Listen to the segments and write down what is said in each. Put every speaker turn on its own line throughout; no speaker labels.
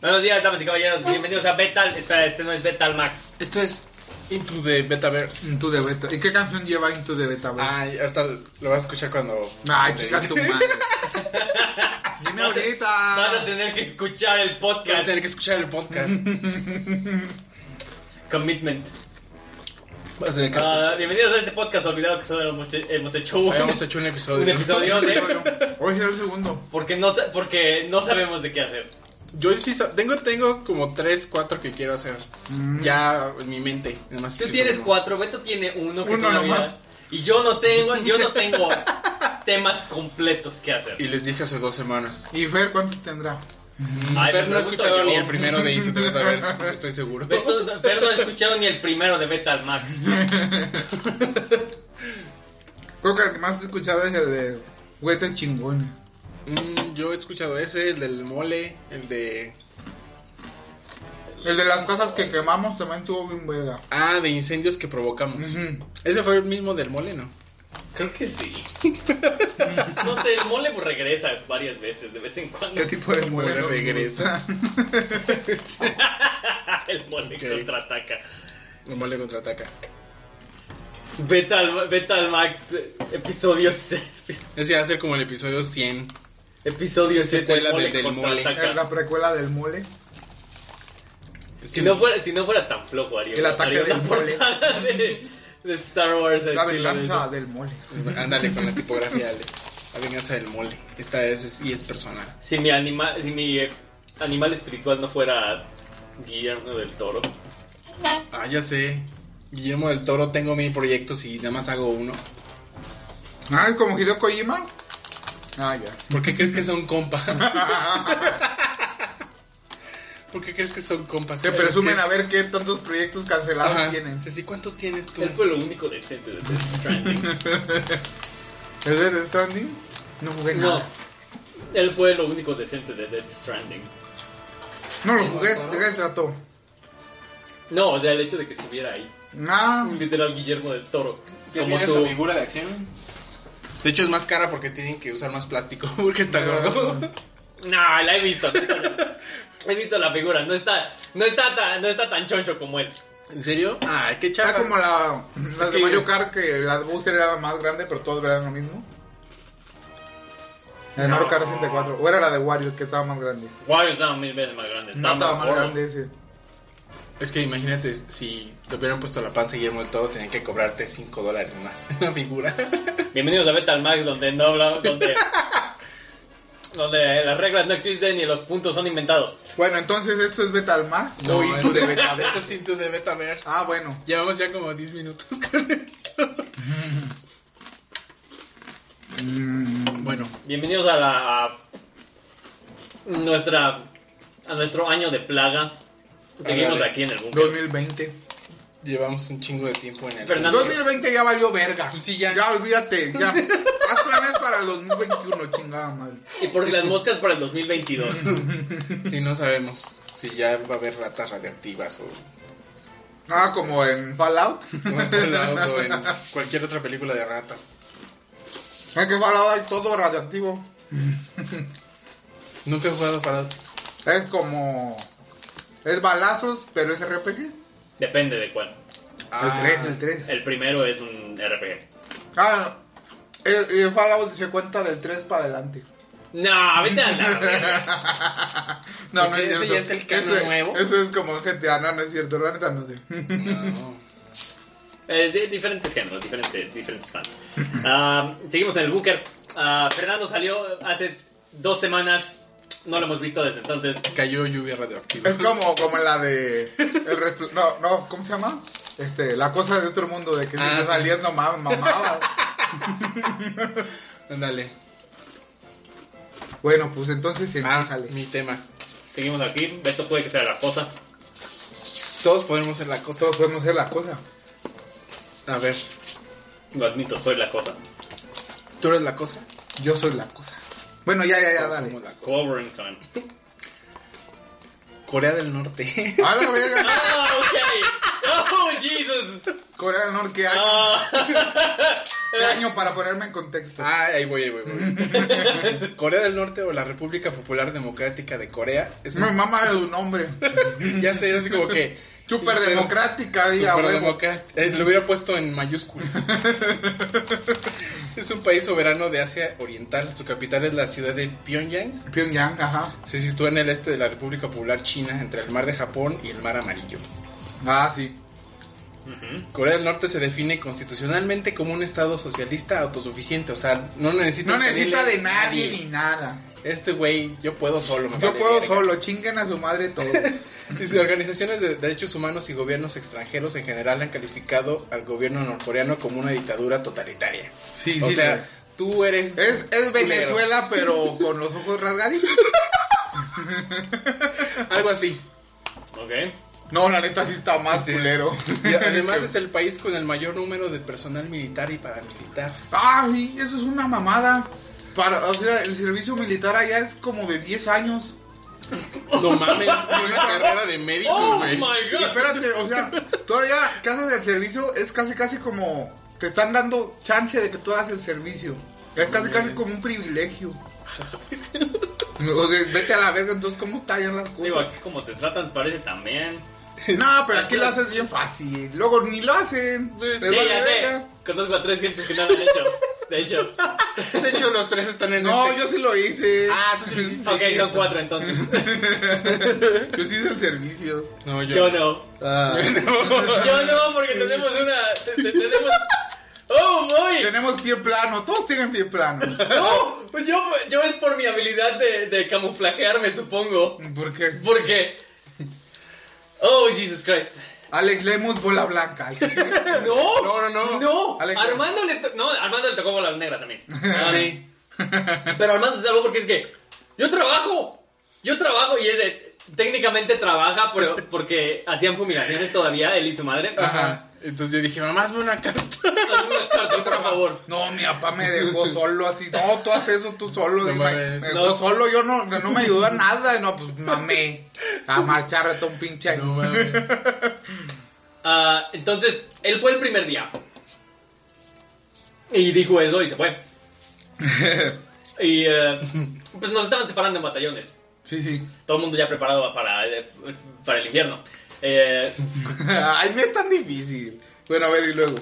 Buenos días, damas y caballeros. Bienvenidos a Betal. Espera, este no es Betal Max.
Esto es Into the Betaverse.
Into the Beta. ¿Y qué canción lleva Into the Beta? güey?
Ay, ahorita lo vas a escuchar cuando.
Ay, chica tu madre. Dime
Vas a-
ahorita.
Vas a tener que escuchar el
Voy a
podcast.
tener que escuchar el podcast.
Commitment.
Vas a tener que
Ah, bienvenidos a este podcast. Olvidado que solo hemos hecho- hemos hecho un,
Habíamos hecho un episodio.
un episodio de.
Hoy será el segundo.
Porque no, sa- porque no sabemos de qué hacer.
Yo sí sab- tengo, tengo como 3, 4 que quiero hacer.
Mm.
Ya en mi mente. nada más
Tú
escrito,
tienes
¿no?
cuatro, Beto tiene uno. Que
Uno
todavía-
nomás.
Y yo no tengo, yo no tengo temas completos que hacer.
Y les dije hace dos semanas.
¿Y Fer cuánto tendrá?
Ay,
Fer
me pregunto
no ha escuchado
yo.
ni el primero de Into the Betaverse. Estoy seguro.
Beto, Fer no ha escuchado ni el primero de Betal Max.
Creo que el que más he escuchado es el de Huete Chingona.
Mm, yo he escuchado ese, el del mole, el de.
El de las cosas que quemamos también tuvo bien verga.
Ah, de incendios que provocamos.
Ujú.
Ese fue el mismo del mole, ¿no?
Creo que sí. No sé, el mole pues, regresa varias veces, de vez en cuando.
¿Qué tipo de
Mole
modelo?
regresa.
el mole
Ok.
contraataca.
El mole contraataca.
Betal, Betal Max, eh, episodio 6.
Ese va a ser como el episodio 100.
Episodio 7.
pues,
Secuela del- del mole.
Es la precuela del mole. pues,
Si no, fuera, si no fuera tan flojo, haría,
El ataque
haría
del
una
mole.
portada de, de Star Wars.
La
estilo de
venganza
eso.
del mole.
Ándale con la tipografía, Alex. La venganza del mole. Esta es, es- y es personal.
Si mi, anima, si mi eh, animal espiritual no fuera Guillermo del Toro.
Ah, ya sé. Guillermo del Toro, tengo mil proyectos y nada más hago uno.
Ah, es como Hideo Kojima. Ah, ya.
¿Por qué crees que son compas? ¿Por qué crees que son compas?
Se
Es
presumen
que-
a ver qué tantos proyectos cancelados
Ajá.
tienen.
Sí, sí, ¿cuántos tienes tú?
Él fue lo único decente de Death Stranding.
¿El de Death Stranding? No jugué
No.
nada.
Él fue lo único decente de Death Stranding.
No lo jugué, ¿de qué se trató?
No, o sea, el hecho de que estuviera ahí.
Ah,
Un literal Guillermo del Toro.
¿Ya
Como
tiene esta
tú.
figura de acción? De hecho, es más cara porque tienen que usar más plástico. Porque está gordo.
No, la he visto. he visto la figura. No está, no está tan, no está tan choncho como él.
¿En serio? Ah, qué
Ah,
chafa.
como la, la
Es
de
que-
Mario Kart, que la booster era más grande, pero todos eran lo mismo. La de Mario Kart 64. O era la de Wario, que estaba más grande.
Wario estaba mil veces más grande.
No, estaba más
gordo.
grande ese.
Es que imagínate, si te hubieran puesto la panza Guillermo del Toro, tenían que cobrarte 5 dólares más en la figura.
Bienvenidos a Metal Max, donde no hablamos, donde, donde las reglas no existen y los puntos son inventados.
Bueno, entonces esto es Betal Max.
No,
o
es
Into the
de
Beta.
Betaverse. Esto es Into the Betaverse.
Ah, bueno.
Llevamos ya como 10 minutos con esto.
Mm,
Bueno,
Bienvenidos a la a nuestra a nuestro año de plaga. Seguimos
Ándale.
aquí en el
Mm,
búnker.
2020.
llevamos un chingo de tiempo en el...
Fernando.
2020 ya valió verga.
Pues sí, ya.
Ya, olvídate. Ya. Haz planes para el 2021, chingada madre.
Y por si las moscas para el 2022.
Sí, no sabemos si ya va a haber ratas radioactivas o,
Ah, como en Fallout.
o en Fallout o en cualquier otra película de ratas.
Es que Fallout hay todo radioactivo.
Nunca he jugado Fallout.
Es como. Es balazos, pero es RPG.
Depende de cuál.
Ah,
el 3, el 3.
El primero es un RPG.
Ah, el, el Fallout se cuenta del 3 para adelante.
No, vete a la verga.
Porque ese
cierto.
ya es el canon
Eso-
nuevo.
Eso es como GTA, no, no es cierto, la neta no sé.
No.
Eh, di- diferentes géneros, diferentes, diferentes fans. Ah, seguimos en el búnker. Ah, Fernando salió hace dos semanas. No lo hemos visto desde entonces.
Cayó lluvia radioactiva.
Es como, como la de. El respl- no, no, ¿cómo se llama? Este, la cosa de otro mundo, de que
Ah,
si te
sí.
salías no mam- mamabas.
Ándale.
bueno, pues entonces en
Ah,
qué sale.
mi tema.
Seguimos aquí. Beto puede que sea la cosa.
Todos podemos ser la cosa.
Todos podemos hacer la cosa.
A ver,
Lo admito, soy la cosa.
¿tú eres la cosa?
Yo soy la cosa. Bueno, ya, ya, ya,
Todos
dale.
somos la cosa.
Covering time.
Corea del Norte.
A la verga.
Ah, Oh, okay. Oh, Jesus.
Corea del Norte, ay,
Ah.
¿Qué año para ponerme en contexto?
eh. Ah, ahí voy, ahí voy, voy. Corea del Norte o la República Popular Democrática de Corea. Es
Me mama de un nombre.
un- ya sé, es así como que.
Super democrática, diga, huevo.
Superdemocrat- eh, lo hubiera puesto en mayúsculas. es un país soberano de Asia Oriental. Su capital es la ciudad de Pyongyang.
Pyongyang, ajá.
Se sitúa en el este de la República Popular China, entre el mar de Japón y el mar amarillo.
Ah, sí.
Ujú.
Corea del Norte se define constitucionalmente como un estado socialista autosuficiente, o sea, no necesita
No necesita
pedirle
de nadie ni
nadie.
nada.
Este güey, yo puedo solo. me
Yo
vale
puedo
verga.
solo, chinguen a su madre todo.
Dice, organizaciones de derechos humanos y gobiernos extranjeros en general han calificado al gobierno norcoreano como una dictadura totalitaria.
Sí,
o sea, tú eres
Es, es Venezuela, pero con los ojos rasgaditos.
algo así.
Ok.
No, la neta sí está más
Sí.
culero.
Y además es el país con el mayor número de personal militar y paramilitar.
Ay, eso es una mamada. Para, o sea, el servicio militar allá es como de 10 años.
No mames, una carrera de médicos,
Oh
güey.
my
Y
god.
espérate, o sea, todavía casas del servicio es casi casi como te están dando chance de que tú hagas el servicio. Es casi
Mames.
casi como un privilegio. O sea, vete a la verga, entonces cómo tallan las
Digo,
cosas.
aquí como te tratan parece también.
No, pero aquí lo haces bien fácil. Luego ni lo hacen. Les
Sí,
vale
ya sé.
verga.
Conozco a tres gentes que no lo han hecho. De hecho.
De hecho, los tres están en
No,
este-
yo sí lo hice.
Ah, tú sí lo hiciste.
Ok, son cuatro entonces.
Yo sí hice el servicio.
No, yo.
Yo no. Yo no, porque tenemos una. te- te- Tenemos. ¡Oh, muy!
Tenemos pie plano, todos tienen pie plano.
¡No! Pues yo, yo es por mi habilidad de, de camuflajearme, supongo.
Porque
Porque. Oh, Jesus Christ.
Alex Lemus, bola blanca. al que sí-
¡No!
No, no, no.
¡No!
Alex-
Armando le, to- no, Armando le tocó bola negra también. Ah,
Sí.
Pero Armando se salvó porque es que yo trabajo, yo trabajo y es de, técnicamente trabaja pero porque hacían fumigaciones todavía, él y su madre.
Ajá. Entonces yo dije, mamá, hazme una carta.
Hazme una carta, por favor.
No, mi papá me dejó solo así. No, tú haces eso tú solo.
No
y me,
mames.
me dejó
No.
solo, yo no, no me ayudó a nada. No, pues mamé. A marchar a todo un pinche.
No mames.
Ah, entonces, él fue el primer día. Y dijo eso y se fue. Y eh, pues nos estaban separando en batallones.
Sí, sí.
Todo el mundo ya preparado para, eh, para el infierno. Eh,
Ay, no es tan difícil. Bueno, a ver, y luego.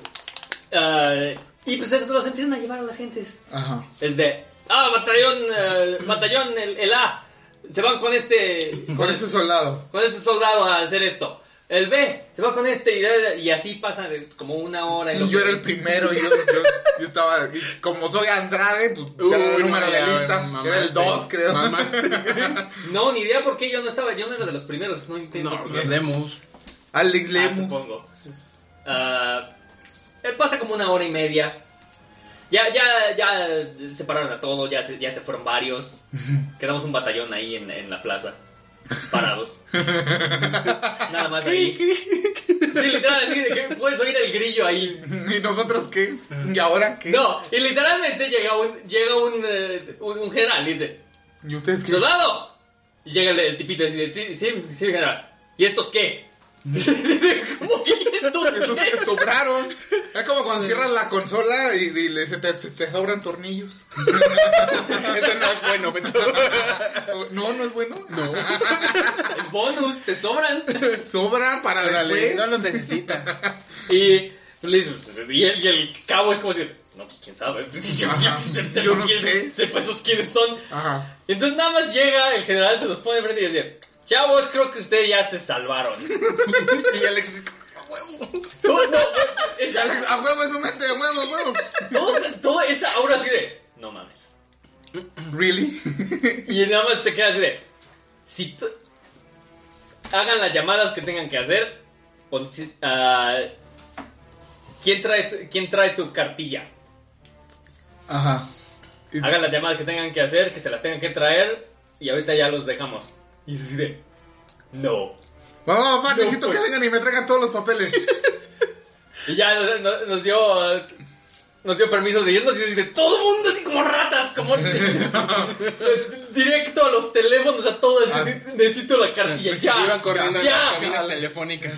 ah, y pues eso los empiezan a llevar a las gentes.
Ajá.
Es de, ah, batallón, eh, batallón, el, el A. Se van con este,
Con ese soldado.
con este soldado a hacer esto. El B se va con este y, y así pasa de como una hora. en lo
Y yo
que-
era el primero, y yo, yo, yo estaba. y como soy Andrade, pues
Uy,
era el número de
ya,
lista.
mamaste.
Era el 2, creo.
Mamaste.
No, ni idea por qué yo no estaba, yo no era de los primeros. No entiendo
No, pues,
por
los
qué.
demos.
Alex
Ah,
Lemus.
supongo. Ah, eh, pasa como una hora y media. Ya, ya, ya separaron a todos, ya se, ya se fueron varios. Quedamos un batallón ahí en, en la plaza. Parados. Nada más ahí. Sí, literal, así de que puedes oír el grillo ahí.
¿Y nosotros qué? ¿Y ahora qué?
No, y literalmente llega un, llega un, eh, un, un general y dice,
¿Y ustedes qué?
¡Soldado! Y llega el, el tipito y dice, sí, sí, sí, general. ¿Y estos qué? ¿Cómo que ¿y estos
Eso
qué?
te sobraron. Es como cuando cierras la consola y, y le- se, te, se te sobran tornillos.
Ese no es bueno, Beto.
No, no es bueno.
No.
Es bonus, te sobran.
Sobran para
Ándale,
después.
no los necesita.
Y le dice, y el, y el cabo es como si, no, pues quién sabe. Yo,
Ajá. Yo no sé.
Sepa esos quiénes son.
Ajá.
Entonces nada más llega, el general se los pone enfrente y dice, chavos, creo que ustedes ya se salvaron.
Y Alex es como,
No, no, es-
Y Alex, a huevo, eso mete, a huevo, a huevo.
todo, todo esa aura así de, no mames.
¿Really?
Y nada más se queda así de, si tú- hagan las llamadas que tengan que hacer, pon- si- ah, ¿quién, trae, su- ¿quién trae su cartilla?
Ajá. Y-
Hagan las llamadas que tengan que hacer, que se las tengan que traer, y ahorita ya los dejamos. Y es así de, no.
Vamos, papá,
No,
necesito
pues.
que vengan y me traigan todos los papeles.
Y ya nos, nos- nos dio... eh, Nos dio permiso de irnos y dice, todo el mundo así como ratas, como directo a los teléfonos, a todo, así,
Ah.
"Ne- necesito la cartilla, ya.
Iban corriendo en
ya,
las cabinas telefónicas.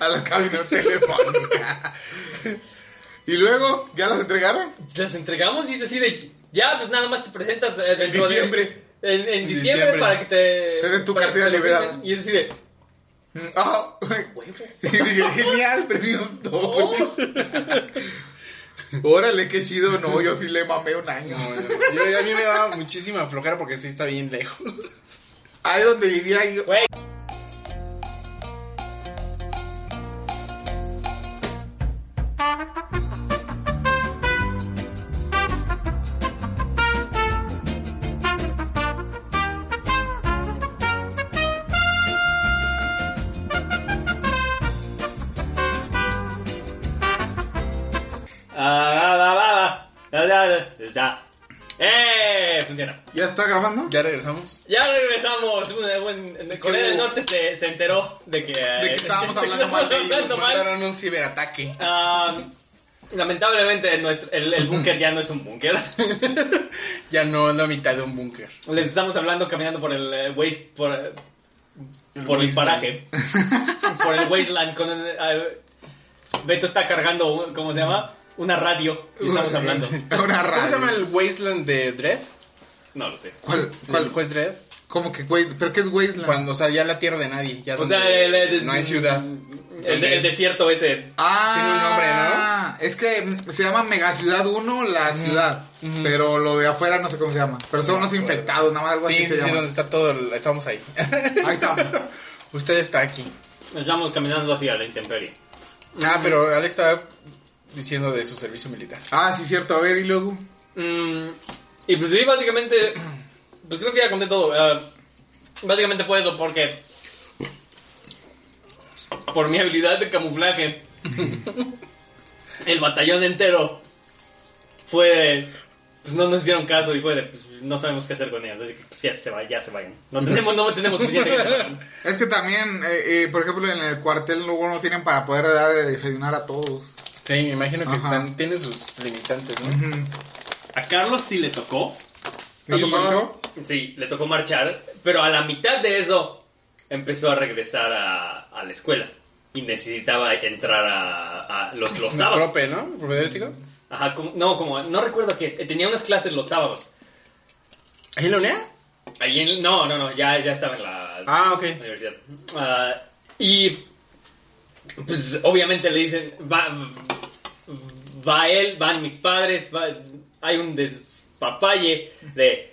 A la cabina telefónica. Y luego, ¿ya las entregaron?
Las entregamos y es así de... Ya, pues nada más te presentas eh,
En
dentro de-
diciembre.
en, en
En
diciembre,
diciembre.
para que te...
Te den tu
para
cartera
que te lo
liberada.
firmen. Y es así de...
Ah,
Huevo.
y dije, genial, premios
oh".
dobles. Órale, qué chido. No, yo sí le mamé un año.
No, yo- yo- a mí me daba muchísima flojera porque sí está bien lejos.
Ahí donde vivía ahí-
Güey. Ah, va, va, va, va. Ya, ya, ya, ya. ¡Eh! Funciona.
¿Ya está grabando?
Ya regresamos.
Ya regresamos. Eh, bueno, en
Es que
Corea del
hubo-
Norte se, se enteró de que, eh,
De que estábamos hablando mal de ellos,
hablando mal.
Mandaron un ciberataque.
Ah, lamentablemente nuestro- el, el búnker ya no es un búnker.
Ya no es la mitad de un búnker.
Les estamos hablando caminando por el eh, waste, por, eh, por el
wasteland.
paraje, por el wasteland. Con, eh, Beto está cargando, un- ¿cómo se llama? Una radio. Y estamos hablando.
Una radio.
¿Cómo se llama el Wasteland de Dread?
No lo sé.
¿Cuál?
¿Cuál? ¿El
¿Cuál?
juez Dread?
¿Cómo que Wasteland? ¿Pero qué es Wasteland?
Cuando, o sea, ya la tierra de nadie. Ya
O
donde
sea, el- el-
no hay ciudad.
El, de- el
es-
desierto ese.
Ah, Es que mm, se llama Mega Ciudad 1, la ciudad.
ujú.
Pero lo de afuera no sé cómo se llama. Pero son
No
unos
me acuerdo.
infectados, nada más algo
Sí,
así
sí,
se
sí,
llama.
donde está todo. el- estamos ahí.
Ahí está.
Usted está aquí.
Estamos caminando hacia la intemperie.
Ah, pero Alex estaba diciendo de su servicio militar.
Ah, sí, cierto. A ver, y luego.
Mm, y pues sí, básicamente, pues creo que ya conté todo. ah, básicamente fue eso porque por mi habilidad de camuflaje, el batallón entero fue, de, pues no nos hicieron caso y fue de, pues, no sabemos qué hacer con ellos, así que pues ya se, va, ya se vayan. No tenemos, no tenemos suficiente. que hacer.
Es que también, eh, eh, por ejemplo, en el cuartel luego no tienen para poder dar de desayunar a todos.
Sí, me imagino que
Ajá.
están, tiene sus limitantes, ¿no?
Ujú.
A Carlos sí le tocó,
¿Te
Y
tocó
luego-
eso?
sí, le tocó marchar, pero a la mitad de eso empezó a regresar a, a la escuela y necesitaba entrar a, a los, los
Un
sábados.
prope, ¿no? ¿Propedéutico?
Ajá, como- no, como, no recuerdo que tenía unas clases los sábados.
¿Ahí la UNEA?
Ahí en, no, no, no, ya, ya estaba en la
Ah, ok.
universidad. Ah, y pues obviamente le dicen, va, va él, van mis padres, va- hay un despapalle de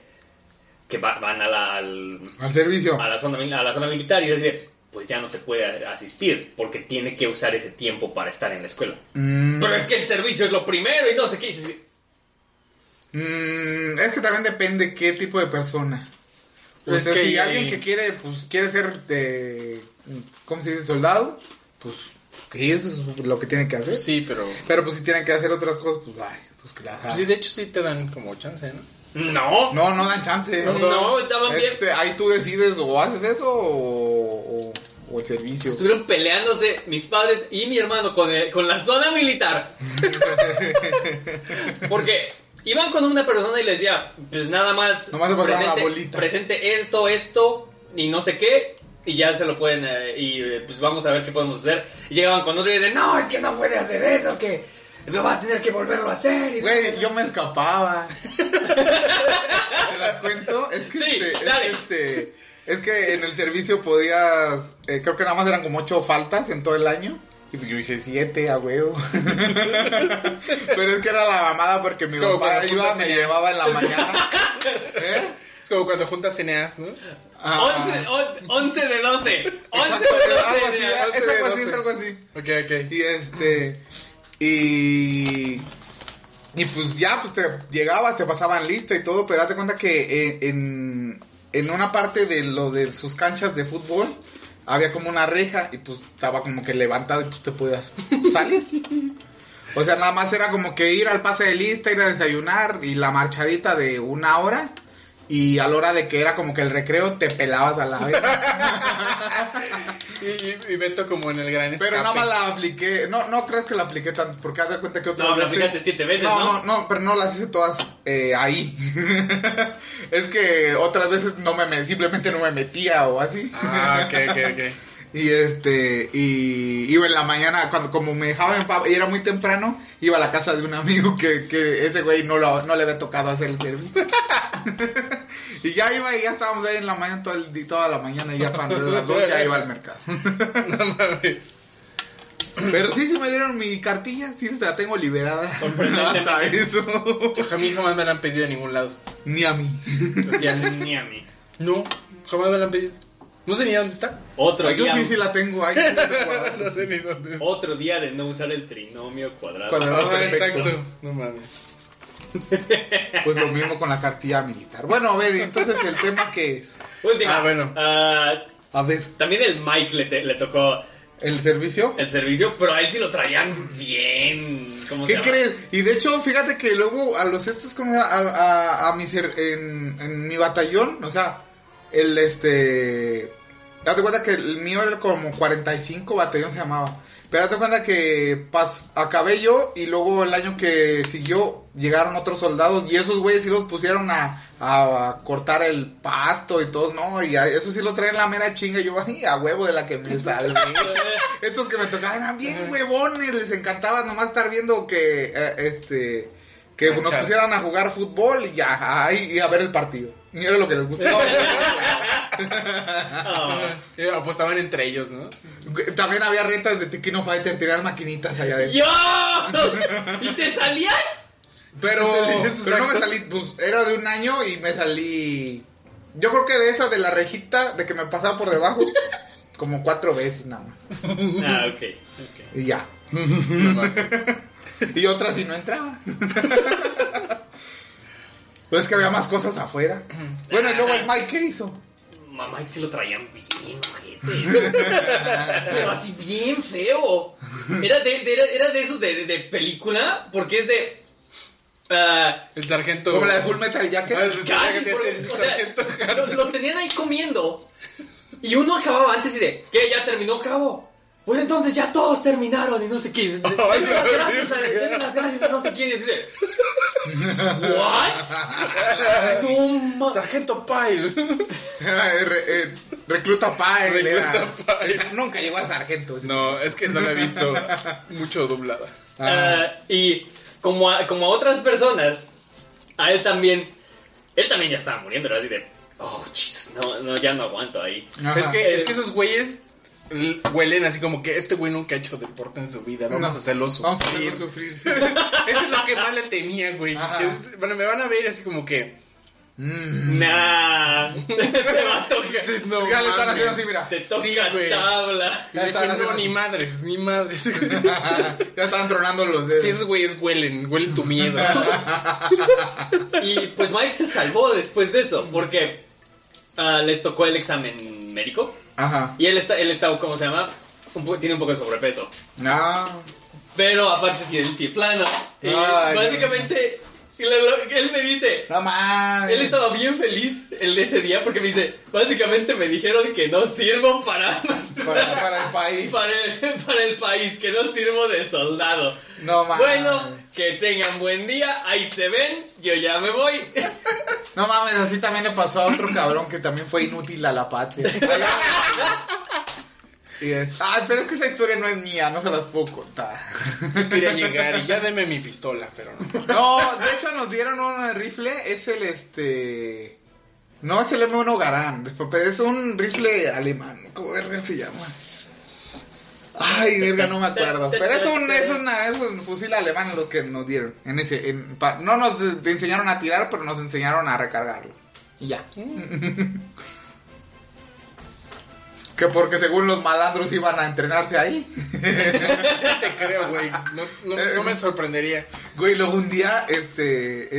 que va- van a la, al,
Al servicio.
a la zona, mil- a la zona militar y decir, pues ya no se puede asistir porque tiene que usar ese tiempo para estar en la escuela.
Mm,
Pero es que el servicio es lo primero y no sé qué. y dices,
mm, es que también depende qué tipo de persona. O
Es
sea,
que-
si alguien que quiere, pues, quiere ser, de, ¿cómo se dice? Soldado, pues, que eso es lo que tiene que hacer.
Sí, pero...
Pero, pues, si tienen que hacer otras cosas, pues, ay, pues, que las hagan.
Sí, de hecho sí te dan como chance, ¿no?
No.
No, no dan chance.
No, no, estaban bien.
Este, ahí tú decides o haces eso o, o- o el servicio.
Estuvieron peleándose mis padres y mi hermano con, el- con la zona militar. Porque iban con una persona y les decía, pues nada más,
Nomás se pasaban la bolita.
presente esto, esto y no sé qué. Y ya se lo pueden, eh, y eh, pues vamos a ver qué podemos hacer. Y llegaban con otro y dicen, no, es que no puede hacer eso, que me va a tener que volverlo a hacer. y-
Güey, yo me escapaba. ¿Te las cuento? Es que,
Sí,
este, es,
dale.
que este, es que en el servicio podías, eh, creo que nada más eran como ocho faltas en todo el año. Y pues yo hice siete a huevo. Pero es que era la mamada porque mi
Es como
papá
cuando
iba,
juntas
me
ideas.
llevaba en la mañana. ¿Eh?
Es como cuando juntas ceneas, ¿no?
Ah,
11, on- 11 de 12. 11
exacto,
de 12.
es algo así,
de-
ah, es algo así, es algo así.
Ok, ok.
Y este. Y. Y pues ya, pues te llegabas, te pasaban lista y todo, pero hazte cuenta que eh, en, en una parte de lo de sus canchas de fútbol había como una reja y pues estaba como que levantada y pues te podías salir. O sea, nada más era como que ir al pase de lista, ir a desayunar y la marchadita de una hora. Y a la hora de que era como que el recreo te pelabas a la vez.
Y, y, y Beto como en el gran escape.
Pero nada más la apliqué. No, no crees que la apliqué tanto, porque haz de cuenta que otras
No, la
veces-
aplicaste siete veces, ¿no?
No, no, pero no las hice todas eh, ahí. es que otras veces no me, me- simplemente no me metía o así.
Ah, ok, ok, ok.
Y este, y iba en la mañana, cuando como me dejaba en paz, y era muy temprano, iba a la casa de un amigo que, que ese güey no, lo- no le había tocado hacer el servicio. y ya iba y ya estábamos ahí en la mañana todo el, di- toda la mañana, y ya cuando las dos ya iba al mercado.
No mames.
Pero sí, sí me dieron mi cartilla, sí la tengo liberada.
Sorprendentemente.
Hasta eso.
Pues a mí jamás me la han pedido en ningún lado.
Ni a mí.
Ya,
Pues Ni a mí.
No, jamás me la han pedido. No sé ni dónde está.
Otro
Ay, Yo
día,
sí, sí la tengo ahí. sí la tengo guardada.
No sé ni dónde está.
otro día de no usar el trinomio cuadrado.
Cuadrado.
Ah,
perfecto.
exacto. No mames.
Pues lo mismo con la cartilla militar. Bueno, a ver, entonces el tema que es.
Última.
Ah, bueno.
Ah,
A ver,
también el Mike le, te- le tocó
el servicio.
el servicio, pero a él sí lo traían bien. ¿Cómo se
¿Qué
llama?
crees? Y de hecho, fíjate que luego a los estos, como a, a, a mi ser- en, en mi batallón, o sea, el este. Date cuenta que el mío era como 45 batallón se llamaba. Pero date cuenta que pas, acabé yo y luego el año que siguió llegaron otros soldados y esos güeyes sí los pusieron a, a cortar el pasto y todos, ¿no? Y a- eso sí lo traen la mera chinga. y Yo, ay, a huevo de la que me salvé. Estos que me tocaban eran bien huevones, les encantaba nomás estar viendo que eh, este que nos
Manchar.
pusieran a jugar fútbol y ya, ay, y a ver el partido. Y era lo que les gustaba.
Ah.
Eh, apostaban entre ellos, ¿no?
También había rentas de Tequino Fighter, tenían maquinitas allá adentro.
¡Yo! ¿Y te salías?
Pero,
Exacto.
pero no me salí, pues era de un año y me salí. Yo creo que de esa, de la rejita, de que me pasaba por debajo, como cuatro veces nada más.
Ah, ok. ok.
Y ya.
No mames.
Y otras si no entraba. pues es que había más cosas afuera. Bueno, y luego el Mike, ¿qué hizo?
Mamá, Mike sí lo traían bien, ojete. Pero así bien feo. Era de, de- era, era de esos de, de- de película, porque es de. ah,
El sargento.
Como la de Full Metal
Ah, el
Jacket.
Casi,
sargento-
porque,
el
o sea,
sargento-
los, los tenían ahí comiendo. Y uno acababa antes y de, ¿qué? ¿Ya terminó, cabo? Pues entonces ya todos terminaron y no sé qué. Y, denme
Ay,
las
la
gracias,
verga.
a- denme las gracias a no sé quién. Y así de, ¿what? No mames.
Sargento Pyle.
Eh, re- eh, recluta Pyle. era.
Recluta Pyle.
Esa- Nunca llegó a sargento. ese.
No, es que no la he visto mucho doblada.
Ah,
y como a, como a otras personas, a él también, él también ya estaba muriendo, era así de, oh, Jesus, no, no, ya no aguanto ahí.
ajá. Eh,
Es que, es que esos güeyes l- huelen así como que este güey nunca ha hecho deporte en su vida. Vamos
No.
a hacerlo sufrir.
Vamos a hacerlo sufrir. sí.
Eso es lo que más le temía, güey.
Ajá.
Es- bueno, me van a ver así como que.
Mm.
Nah, te va a tocar,
No,
ya le están
mames.
haciendo así, mira.
te toca
Sí, güey.
tabla.
Y de
Ya están
que, no,
haciendo-
ni madres, ni madres.
ya estaban tronando los dedos.
Si esos güeyes huelen, huelen tu miedo.
Y pues Mike se salvó después de eso, porque ah, les tocó el examen médico
Ajá.
y él está, él está, ¿cómo se llama? Un po- tiene un poco de sobrepeso.
No.
Pero aparte tiene el pie plano. Y
Ay,
básicamente, lo- lo- él me dice,
No mames.
Él estaba bien feliz el de ese día porque me dice, básicamente me dijeron que no sirvo para,
Para, para el país.
para, el, para el país, que no sirvo de soldado.
No mames.
Bueno, que tengan buen día, ahí se ven, yo ya me voy.
No mames, así también le pasó a otro cabrón que también fue inútil a la patria. Y es- Ay, pero es que esa historia no es mía, no se las puedo contar.
Quería llegar y ya deme mi pistola, pero no.
No, de hecho nos dieron un rifle, es el este... No es el M1 Garán, después, pero es un rifle alemán, ¿cómo verga se llama? Ay, verga, no me acuerdo. Pero es un, es una, es un fusil alemán lo que nos dieron. En ese, en- pa- no nos de- de enseñaron a tirar, pero nos enseñaron a recargarlo. Y ya. Que porque según los malandros iban a entrenarse ahí.
Ya te creo, güey. No, no- no me sorprendería.
Güey, luego un día, este,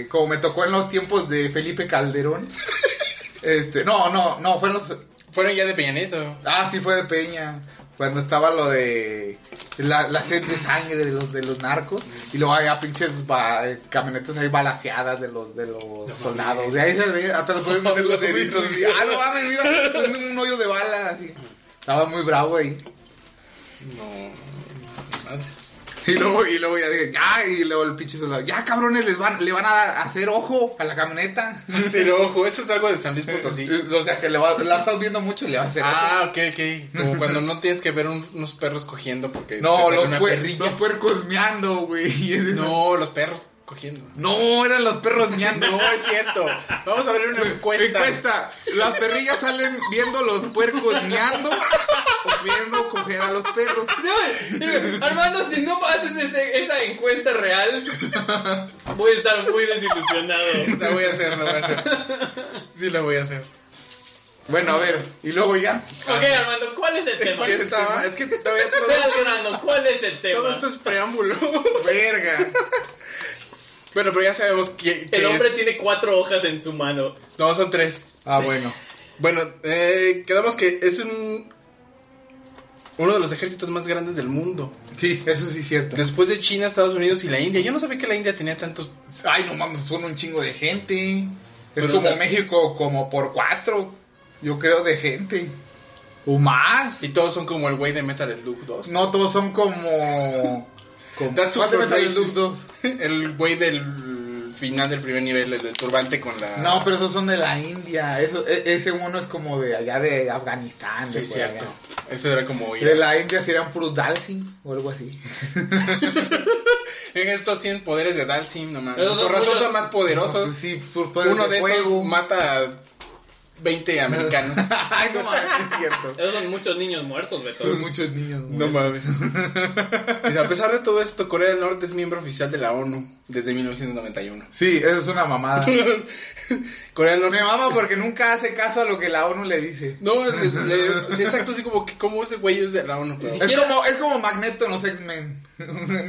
eh, como me tocó en los tiempos de Felipe Calderón, este, no, no, no, fue en los,
Fueron ya de Peña Nieto.
ah, sí fue de Peña, cuando estaba lo de la, la sed de sangre de los, de los narcos, y luego había pinches ba- eh, camionetas ahí balaseadas de los, de los soldados, y ahí se veía, hasta después de meter los deditos, y, ah, no mames, mira, un, un hoyo de bala, así, estaba muy bravo ahí.
No. Madres.
Y luego, y luego ya dije, ya, y luego el pinche soldado, ya cabrones, les van, le van a hacer ojo a la camioneta.
Pero ojo, eso es algo de San Luis Potosí.
O sea que le va, la estás viendo mucho y le va a hacer ojo.
Ah, ok, ok. Como cuando no tienes que ver un- unos perros cogiendo porque. te
No,
sale
los,
una
puer-
perrilla.
los puercos meando, güey. y es eso.
No, los perros cogiendo.
No, eran los perros meando.
No es cierto. Vamos a abrir una encuesta.
Encuesta. Las perrillas salen viendo los puercos meando o viendo coger a los perros.
Armando, si no haces ese- esa encuesta real, voy a estar muy desilusionado.
La voy a hacer, la voy a hacer. Sí, la voy a hacer.
Bueno, a ver, y luego ya.
Ok, Armando, ¿cuál es el tema?
¿Cuál es el
estaba?
tema? Es que todavía todo,
Espérate, Armando, ¿cuál es el tema?
todo esto es preámbulo.
Verga.
Bueno, pero ya sabemos que, que
El hombre
es-
tiene cuatro hojas en su mano.
No, son tres.
Ah, bueno.
Bueno, eh, quedamos que es un... Uno de los ejércitos más grandes del mundo.
Sí, eso sí es cierto.
Después de China, Estados Unidos y la India. Yo no sabía que la India tenía tantos...
Ay, no mames, son un chingo de gente. Es
Pero,
como
o sea-
México, como por cuatro, yo creo, de gente. O más.
Y todos son como el güey de Metal Slug 2.
No todos son como... como
That's
¿Cuál de
super
Metal
racist.
Slug 2?
El güey del final del primer nivel, el del turbante con la...
No, pero esos son de la India. Eso, e- ese uno es como de allá de Afganistán.
Sí,
de
es
por allá.
cierto. Eso era como...
De la India serían puros Dalsin o algo así.
Venga, estos tienen poderes de Dalsim, nomás.
Pero
Por
no,
razón
pero-
son más
No,
poderosos.
Sí, por poder
Uno de
fuego.
esos mata a 20 americanos.
Ay, no mames, sí es cierto.
Esos son muchos niños muertos, Beto.
Son muchos niños.
No
güey.
mames. Dice, a pesar de todo esto, Corea del Norte es miembro oficial de la ONU desde 1991.
Sí, eso es una mamada.
Corea del
Me
Norte.
mama porque nunca hace caso a lo que la ONU le dice.
No, es, es- le- sí, exacto, así como que como ese güey es de la ONU. pero-
Sí.
Es
Siquiera-
como, es como Magneto en los X-Men.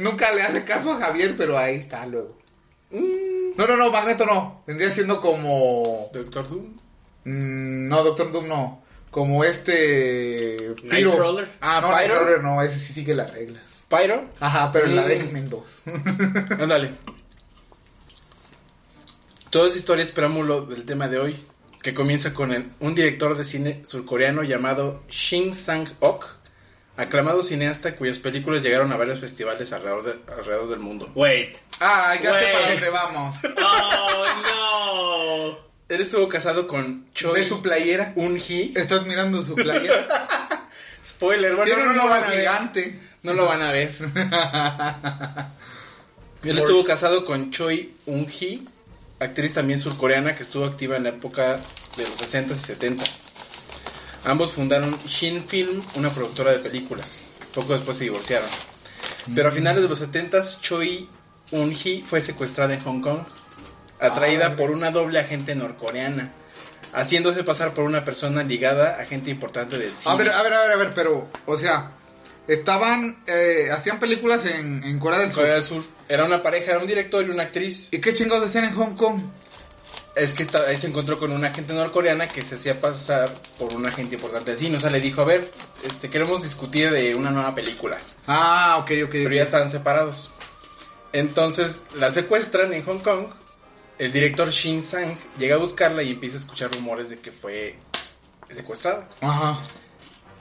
nunca le hace caso a Javier, pero ahí está luego.
Mm,
No, no, no, Magneto no. Tendría siendo como...
Doctor Doom.
mm, no, Doctor Doom no. Como este... Pyro.
Nightcrawler.
Ah, no,
Pyro.
Nightcrawler no. Ese sí sigue las reglas.
Pyro.
Ajá, pero en la de
Mm.
X-Men 2.
Ándale. Toda esa historia es preámbulo del tema de hoy, que comienza con el- un director de cine surcoreano llamado Shin Sang-ok, aclamado cineasta cuyas películas llegaron a varios festivales alrededor, de- alrededor del mundo.
Wait.
ah, ya sé
Güey.
para dónde vamos.
Oh, no.
Él estuvo casado con Choi
¿Ves su playera?
Un-hee.
¿Estás mirando su playera?
Spoiler, bueno,
Tiene
no
un
lo van a
logo
ver.
gigante.
No lo van a ver. Él estuvo casado con Choi Un-hee, actriz también surcoreana que estuvo activa en la época de los 60s y 70s. Ambos fundaron Shin Film, una productora de películas. Poco después se divorciaron. Pero a
Mm.
finales de los 70s, Choi Un-hee fue secuestrada en Hong Kong, atraída
Ah,
por una doble agente norcoreana, haciéndose pasar por una persona ligada a gente importante del cine.
A ver, a ver, a ver, a ver, pero, o sea, estaban, eh, hacían películas en, en Corea del Sur.
Corea del Sur. Era una pareja, era un director y una actriz.
¿Y qué chingados hacían en Hong Kong?
Es que esta- ahí se encontró con una gente norcoreana que se hacía pasar por una gente importante del cine. O sea, le dijo, a ver, este, queremos discutir de una nueva película.
Ah, ok, ok.
Pero ya estaban separados. Entonces la secuestran en Hong Kong. El director Shin Sang llega a buscarla y empieza a escuchar rumores de que fue secuestrada.
Ajá.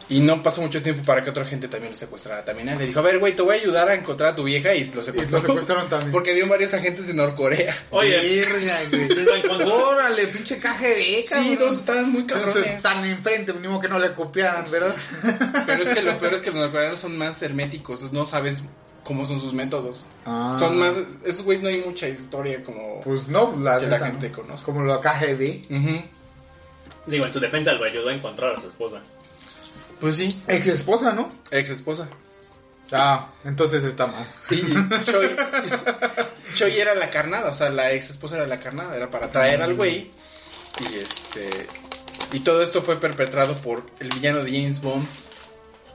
Y no pasó mucho tiempo para que otra gente también lo secuestrara. También ¿eh? le dijo, a ver, güey, te voy a ayudar a encontrar a tu vieja y lo
Y lo
secuestró.
secuestraron también.
Porque vio varios agentes de Norcorea.
Oye,
Verga, güey.
lo encontró.
Órale, pinche KGB,
Sí, dos estaban muy cabrones.
Tan enfrente, mínimo que no le copiaran, ¿verdad?
Pero es que lo peor es que los norcoreanos son más herméticos, no sabes cómo son sus métodos.
Ah.
Son más, esos güeyes no hay mucha historia como...
Pues no, la,
Que la
neta,
gente
¿no?
conozca.
Como la KGB.
Ujú.
Digo, en su defensa lo ayudó a encontrar a su esposa.
Pues sí,
Ex esposa, ¿no?
ex esposa.
Ah, entonces está mal.
Y y Choi, Choi era la carnada, o sea, la ex esposa era la carnada, era para traer al güey. Y este... Y todo esto fue perpetrado por el villano de James Bond,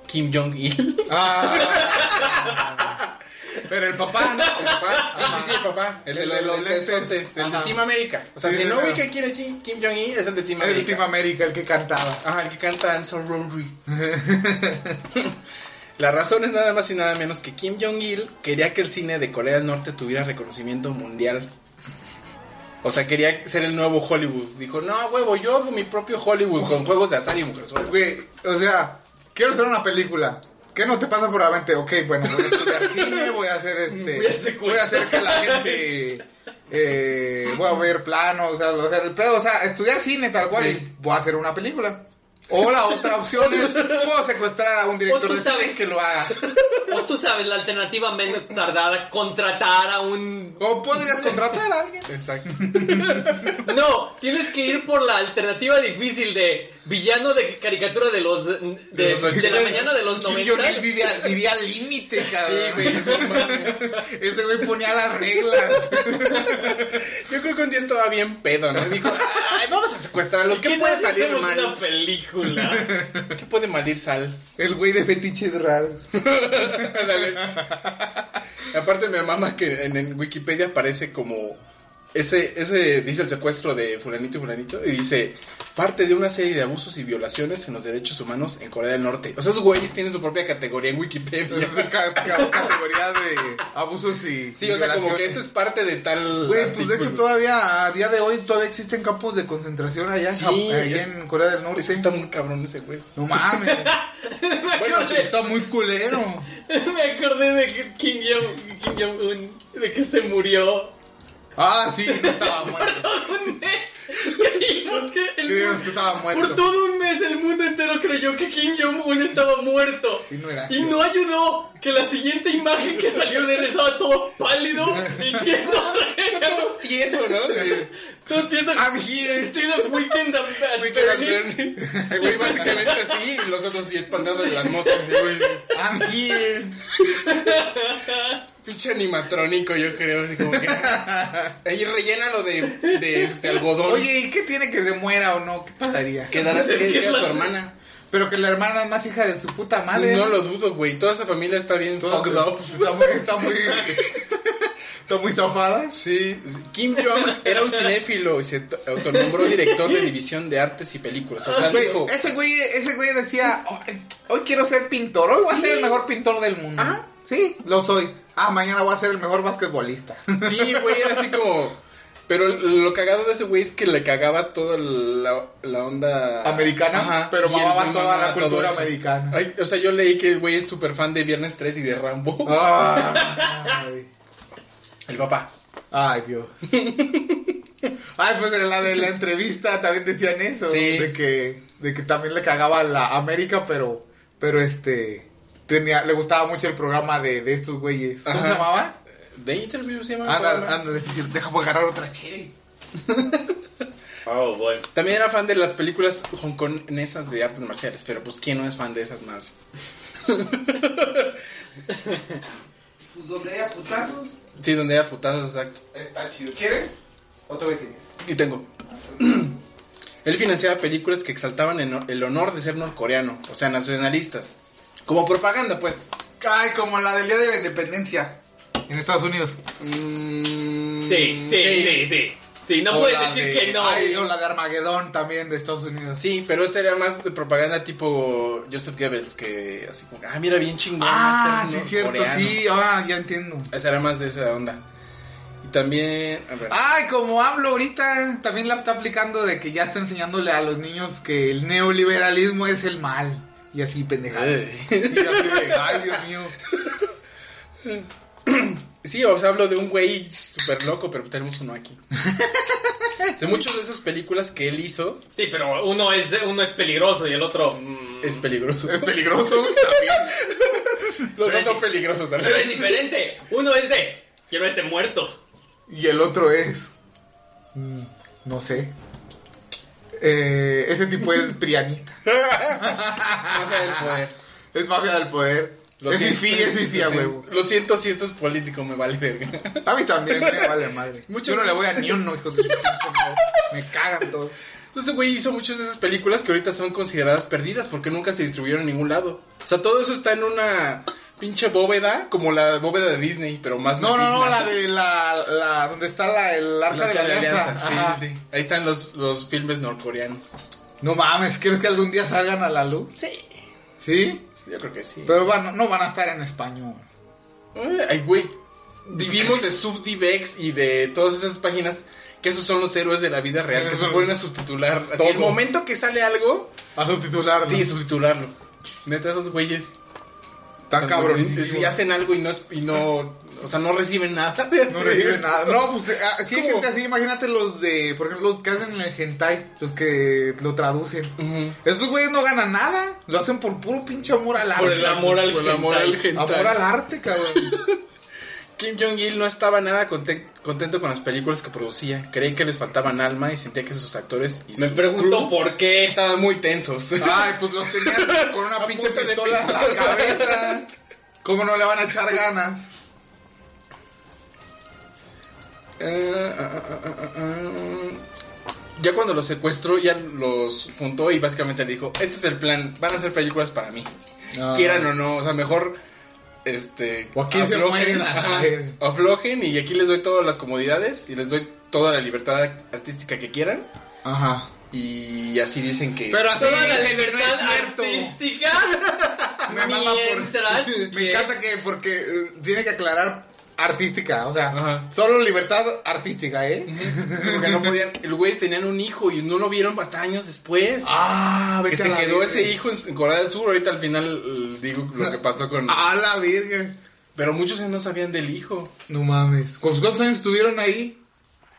Kim Jong-il.
Ah. Pero el papá, ¿no?
El papá, sí, sí, sí, el papá. El, de los, lentes. El de
Ajá.
Team América. O sea,
Sí,
si
sí,
no
sí.
ubica quién es Kim Kim Jong-il, es el de Team
El
América.
Team América, el que cantaba.
Ajá, el que canta I'm so lonely. La razón es nada más y nada menos que Kim Jong-il quería que el cine de Corea del Norte tuviera reconocimiento mundial. O sea, quería ser el nuevo Hollywood. Dijo, no, huevo, yo hago mi propio Hollywood con juegos de azar y mujerzuelas.
Güey, o sea, quiero hacer una película. ¿Qué no te pasa por la mente? Ok, bueno, voy a estudiar cine, voy a hacer este.
Voy a hacer
Voy a hacer que la gente. eh, voy a ver planos, o sea, o sea, el pedo, o sea, estudiar cine tal cual
Sí.
y voy a hacer una película. O la otra opción es, puedo secuestrar a un
O
director
tú
de cine
sabes.
que lo haga.
O tú sabes, la alternativa menos tardada, contratar a un...
O podrías contratar a alguien.
Exacto.
No, tienes que ir por la alternativa difícil de villano de caricatura de los... De,
De los
de la mañana de los
Kim
90.
Jong-il vivía, vivía al límite, cabrón.
Sí, güey, no mames.
Ese güey ponía las reglas.
Yo creo que un día estaba bien pedo, ¿no? Dijo, ay, vamos a secuestrarlos. ¿Qué,
¿Qué
puede
tal si
salir
hacemos
mal?
una película.
¿Qué puede malir sal?
El güey de fetiches raros.
Ándale. Aparte me mama que en, en Wikipedia aparece como ese, ese dice el secuestro de fulanito y fulanito y dice parte de una serie de abusos y violaciones en los derechos humanos en Corea del Norte. O sea, esos güeyes tienen su propia categoría en Wikipedia.
Ca- ca- Categoría de abusos y.
Sí, o sea, como que esto es parte de tal.
Güey, pues de hecho
artículo.
todavía, a día de hoy, todavía existen campos de concentración allá, en
Sí,
Jap- allá
es-
en Corea del Norte.
Ese está muy cabrón ese güey.
No mames.
me,
bueno, sí,
acordé,
está muy culero.
me acordé de que Kim Jong- Kim Jong-un, de que se murió.
Ah, sí, no estaba muerto.
Todo un mes creímos que el
Creíamos
mundo-
que estaba
Por
muerto.
todo un mes el mundo entero creyó que Kim Jong-un estaba muerto.
Y no era.
Y no ayudó que la siguiente imagen que salió de él estaba todo pálido diciendo
Todo tieso, ¿no?
todo tieso.
Ah.
I'm here.
Still a weekend at
Weekend at
Bernie's.
Bernie. El güey básicamente así y los otros sí espantando de las moscas. ese güey.
I'm here.
Pinche animatrónico, yo creo. así como que- Ahí rellénalo de, de este algodón.
Oye, ¿y qué tiene que se muera o no? ¿Qué pasaría?
quedará
pues es
que
que
queda
es
su
la-
hermana.
Pero que la hermana es más hija de su puta madre.
No lo dudo, güey. Toda esa familia está bien
Todo-
fucked up.
Está muy, está muy, está muy zafada.
Sí, Kim Jong era un cinéfilo y se to- autonombró director de división de artes y películas. O sea,
Güey,
dijo,
ese güey, ese güey decía, "Hoy- hoy quiero ser pintor, hoy voy a ser el mejor pintor del mundo.
Ajá.
Sí, lo soy. Ah, mañana voy a ser el mejor basquetbolista.
sí, güey, era así como. Pero lo cagado de ese güey es que le cagaba toda la, la onda
Americana, pero
y el
mamaba
güey
toda
mamaba
la cultura
todo eso.
americana.
Ay, o sea, yo leí que el güey es súper fan de Viernes 3 y de Rambo.
Ah. Ay,
El papá.
Ah. ay, Dios. Ay, pues en la de la entrevista también decían eso,
Sí.
de que, de que también le cagaba la América, pero, pero este, tenía, le gustaba mucho el programa de, de estos güeyes. ¿Cómo se
Ajá.
llamaba?
De interview se llama. el
Ah, Ándale,
programa.
ándale, sí, déjame agarrar otra chile.
Oh, boy.
También era fan de las películas hongkonesas de artes marciales, pero pues quién no es fan de esas más.
Pues donde haya putazos,
Sí, donde era putazos, exacto.
está chido. ¿Quieres? Otra vez tienes.
Y tengo. Él financiaba películas que exaltaban el el honor de ser norcoreano, o sea, nacionalistas. Como propaganda, pues.
Ay, como la del Día de la Independencia. En Estados Unidos.
Mm,
Sí, sí, sí, sí. Sí, no
O
puedes
la
decir
de-
que no.
Ay, o la de Armagedón también de Estados Unidos.
Sí, pero esta era más de propaganda tipo Joseph Goebbels, que así como, ah, mira, bien chingón.
Ah,
ser
sí, cierto,
norcoreano.
sí. Ah, ya entiendo.
Esa era más de esa onda. Y también, a ver.
Ay, como hablo ahorita, también la está aplicando de que ya está enseñándole a los niños que el neoliberalismo es el mal. Y así pendejadas.
Ay.
Y así de, Ay, Dios mío.
Sí, o sea, hablo de un güey súper loco, pero tenemos uno aquí. De muchas de esas películas que él hizo,
Sí, pero uno es, uno es peligroso y el otro... mm,
es peligroso.
Es peligroso también.
Los dos son peligrosos,
Pero
¿verdad?
es diferente. Uno es de... Quiero este muerto.
Y el otro es. mm, No sé. Eh, ese tipo es prianista.
O sea, el poder.
Es mafia del poder.
Lo
es
siento-
fifí, es fifí a
lo siento-
huevo.
Lo siento si esto es político, me vale verga.
A mí también me vale madre.
Mucho-
Yo no le voy a ni uno, hijo de su pinche madre. Me cagan todos.
Entonces, güey, hizo muchas de esas películas que ahorita son consideradas perdidas porque nunca se distribuyeron en ningún lado. O sea, todo eso está en una pinche bóveda, como la bóveda de Disney, pero más
No, no, no,
maligna.
la de la. la donde está la, el arca
La
de la alianza.
sí,
Ajá.
sí, sí. Ahí están los, los filmes norcoreanos.
No mames, ¿crees que algún día salgan a la luz?
Sí.
Sí.
Yo creo que sí.
Pero van, no van a estar en español.
Eh, Ay, güey. Vivimos de Subdivex y de todas esas páginas que esos son los héroes de la vida real que se ponen a subtitular. Así, el
Todo.
momento que sale algo,
A subtitular.
sí, subtitularlo. Neta, esos güeyes.
Está cabrón.
Y si hacen algo y no, es- y no, o sea, no reciben nada. de
No
hacer
reciben
eso.
nada. No, pues eh, ah, sí hay
¿Cómo?
gente así. Imagínate los de, por ejemplo, los que hacen el hentai, los que lo traducen.
Ujú.
Esos güeyes no ganan nada. Lo hacen por puro pinche amor al arte.
Por el amor al
Por el amor
hentai.
al hentai.
Amor al arte, cabrón.
Kim Jong-il no estaba nada conten- contento con las películas que producía. Creía que les faltaban alma y sentía que sus actores y
Me
su
pregunto
crew
por Ah, qué.
estaban muy tensos.
Ay, pues los tenían con una
A
pinche
punta de
pistola en la
pistola.
cabeza. ¿Cómo no le van a echar ganas?
Eh, ah, ah, ah, ah, ah. Ya cuando los secuestró, ya los juntó y básicamente le dijo, este es el plan, van a hacer películas para mí.
Ah.
Quieran o no, o sea, mejor... Este,
O aquí se mueren,
ajá,
a ver.
aflojen y aquí les doy todas las comodidades y les doy toda la libertad artística que quieran
Ajá.
y así dicen que...
Pero así
Toda la
no es
libertad
cierto.
artística.
Me mama
Mientras
por... Me
que-
encanta que porque eh, tiene que aclarar artística, o sea,
Ajá.
solo libertad artística, ¿eh?
Porque no podían. El güey tenían un hijo y no lo vieron hasta años después.
Ah,
que se quedó ese hijo en, en Corea del Sur. Ahorita al final eh, digo lo que pasó con.
A la virgen.
Pero muchos no sabían del hijo.
No mames. ¿Con ¿Cuántos años estuvieron ahí?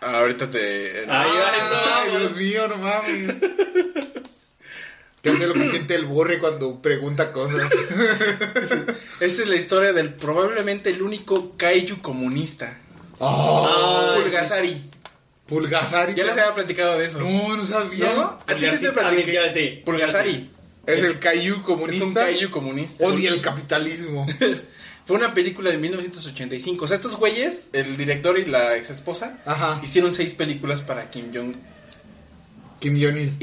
Ah, ahorita te. eh,
Ay,
Ah. Ay,
vamos.
Dios mío, no mames. Yo sé lo que siente el borre cuando pregunta cosas.
Esa es la historia del probablemente el único kaiju comunista.
Oh,
Ay.
Pulgasari.
Pulgasari.
Ah. Ya les había platicado de eso.
No, no sabía.
¿No? ¿A ti sí te
Pulgasari.
platiqué?
A mí, yo sí.
Pulgasari.
Es el Cayu
Es
comunista.
un kaiju comunista.
Odia el capitalismo.
Fue una película de 1985. O sea, estos güeyes, el director y la ex esposa,
Ajá.
hicieron seis películas para Kim Jong-il.
Kim Jong-il.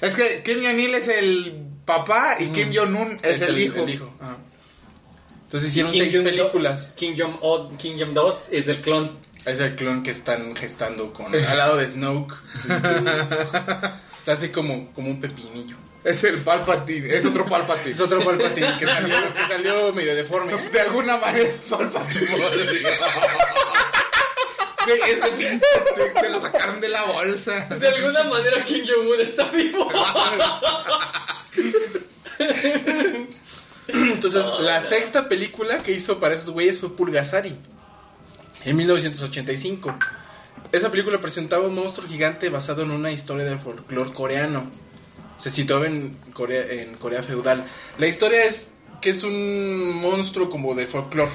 Es que Kim Jong-il es el papá y
Mm.
Kim Jong-un es, el, hijo.
ajá. Entonces hicieron
Kim
seis
Jong-do-
películas.
Kingdom, O- Kingdom 2 es el clon.
Es el clon que están gestando con al lado de Snoke. Está así como, como un pepinillo.
Es el Palpatine. Es otro Palpatine.
Es otro Palpatine que salió, que salió medio deforme.
De alguna manera Palpatine. Güey, ese pinche te, te lo sacaron de la bolsa.
De alguna manera King Jong-un está vivo.
Entonces, la sexta película que hizo para esos güeyes fue Pulgasari. En 1985. Esa película presentaba un monstruo gigante basado en una historia del folclore coreano. Se situaba en Corea, en Corea feudal. La historia es que es un monstruo como de folclore.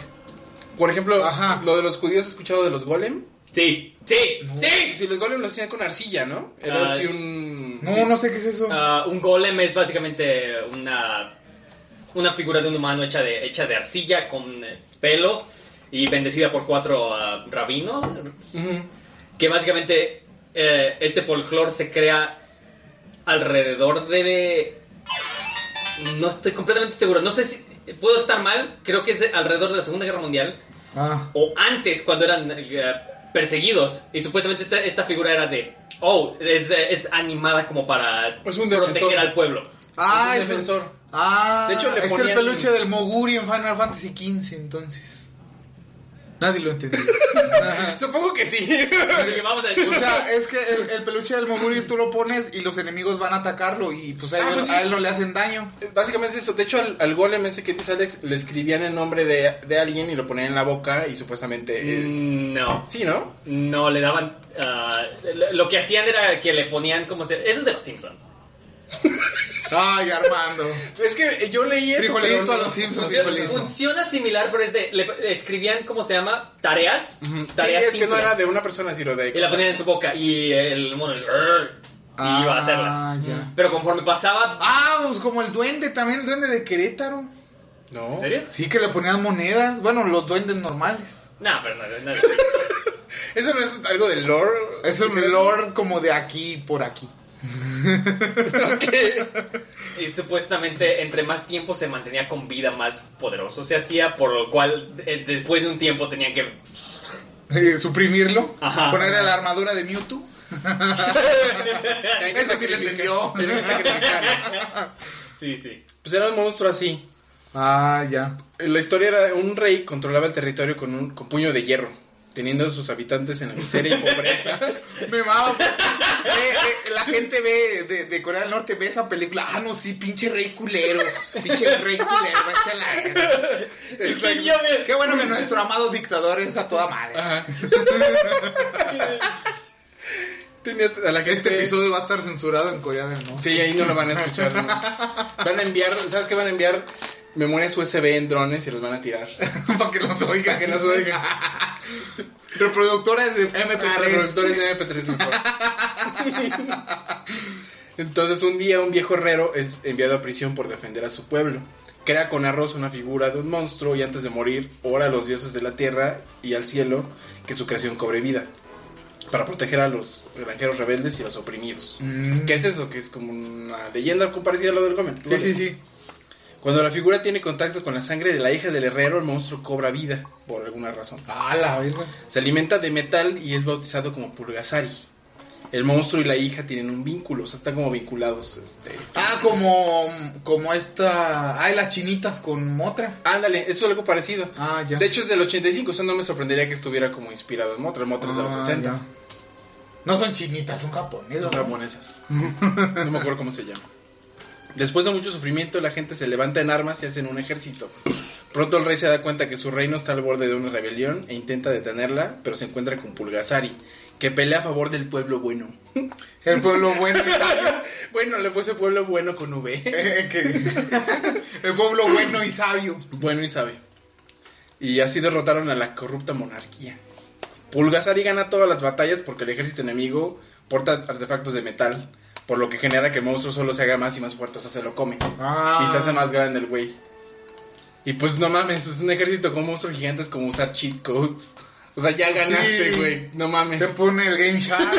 Por ejemplo,
Ajá.
lo de los judíos, ¿has escuchado de los golem?
Sí, sí,
No.
sí.
Si los golem los hacían con arcilla, ¿no? Era
Ah.
así un...
No, no sé qué es eso.
Ah, un golem es básicamente una, una figura de un humano hecha de, hecha de arcilla con eh, pelo y bendecida por cuatro ah, rabinos.
Ujú.
Que básicamente eh, este folclore se crea alrededor de... No estoy completamente seguro. No sé si puedo estar mal. Creo que es de- alrededor de la Segunda Guerra Mundial
Ah.
o antes cuando eran eh, perseguidos y supuestamente esta, esta figura era de oh es, eh, es animada como para
Es un
proteger
defensor.
al pueblo
Ah,
es
es
un defensor.
Ah,
De hecho, le
es el
ponían-
peluche del Moguri en Final Fantasy XV, entonces. Nadie lo entendió.
Supongo que sí.
Porque vamos a decir,
O sea, es que el, el peluche del Moguri tú lo pones y los enemigos van a atacarlo y pues a,
Ah,
él,
pues sí.
a él no le hacen daño.
Básicamente eso. De hecho, al, al golem ese que dice Alex, le escribían el nombre de, de alguien y lo ponían en la boca y supuestamente... eh,
Mm, no
Sí, ¿no?
no le daban ah, lo- lo que hacían era que le ponían como se eso es de los Simpsons
Ay, Armando.
Es que yo leí eso.
Frijolito
pero no-
a los Simpsons,
no-
frijolito.
funciona similar pero es de le escribían como se llama tareas
Ujú. Sí,
tareas
es que no
simples,
era de una persona, sino de...
y la ponían en su boca y el mono y iba a hacerlas
Ah, ya.
pero conforme pasaba
Ah, pues como el duende también, el duende de Querétaro.
No.
¿en serio?
Sí, que le ponían monedas. Bueno, los duendes normales.
no pero no, no.
Eso no es algo del lore.
Es un lore como de aquí por aquí.
Y supuestamente entre más tiempo se mantenía con vida más poderoso se hacía, por lo cual eh, después de un tiempo tenían que...
Eh, suprimirlo,
Ajá.
ponerle la armadura de Mewtwo.
Tienen que
Eso sí le
sacrificar-
entendió.
tienen que sacrificarlo.
Sí, sí.
Pues era un monstruo así.
Ah, ya.
La historia era un rey controlaba el territorio con un con puño de hierro. teniendo a sus habitantes en la miseria y pobreza.
Me mamo. Eh, eh, la gente ve de, de Corea del Norte ve esa película. Ah, no, sí, pinche rey culero. Pinche rey culero. vete a la verga.
Exacto.
yo me-
Qué bueno que nuestro amado dictador es a toda madre.
Ajá. Tenía a la gente...
Este episodio va a estar censurado en Corea del Norte.
Sí, ahí no lo van a escuchar. ¿no? Van a enviar, ¿sabes qué? Van a enviar memorias USB en drones y los van a tirar.
Para que nos oiga.
Para que nos oiga.
Reproductores de
Ah,
MP3.
reproductores de MP3 mejor. Entonces un día un viejo herrero es enviado a prisión por defender a su pueblo. Crea con arroz una figura de un monstruo y antes de morir ora a los dioses de la tierra y al cielo que su creación cobre vida. Para proteger a los granjeros rebeldes y los oprimidos.
Mm.
¿Qué es eso? Que es como una leyenda parecida a lo del Gómez.
Sí, sí, sí.
Cuando la figura tiene contacto con la sangre de la hija del herrero, el monstruo cobra vida, por alguna razón.
Ah, la verga.
Se alimenta de metal y es bautizado como Pulgasari. El monstruo y la hija tienen un vínculo, o sea, están como vinculados. Este.
Ah, como, como esta. Ay, las chinitas con Motra.
Ándale, eso es algo parecido.
Ah, ya.
De hecho, es del 85, o sea, no me sorprendería que estuviera como inspirado en Motra. Motra es de los
Ah,
60.
ya. No son chinitas, son japoneses.
Son japonesas. No me acuerdo cómo se llama. Después de mucho sufrimiento, la gente se levanta en armas y hacen un ejército. Pronto el rey se da cuenta que su reino está al borde de una rebelión e intenta detenerla, pero se encuentra con Pulgasari, que pelea a favor del pueblo bueno.
El pueblo bueno y
Bueno, le puse pueblo bueno con V.
sabio. Que- El pueblo bueno y sabio.
Bueno y sabe. Y así derrotaron a la corrupta monarquía. Pulgasari gana todas las batallas porque el ejército enemigo porta artefactos de metal, por lo que genera que el monstruo solo se haga más y más fuerte, o sea, se lo come.
Ah.
Y se hace más grande el güey. Y pues no mames, es un ejército con monstruos gigantes como usar cheat codes. O sea, ya ganaste,
Sí.
güey. No mames.
Se pone el Game Shark.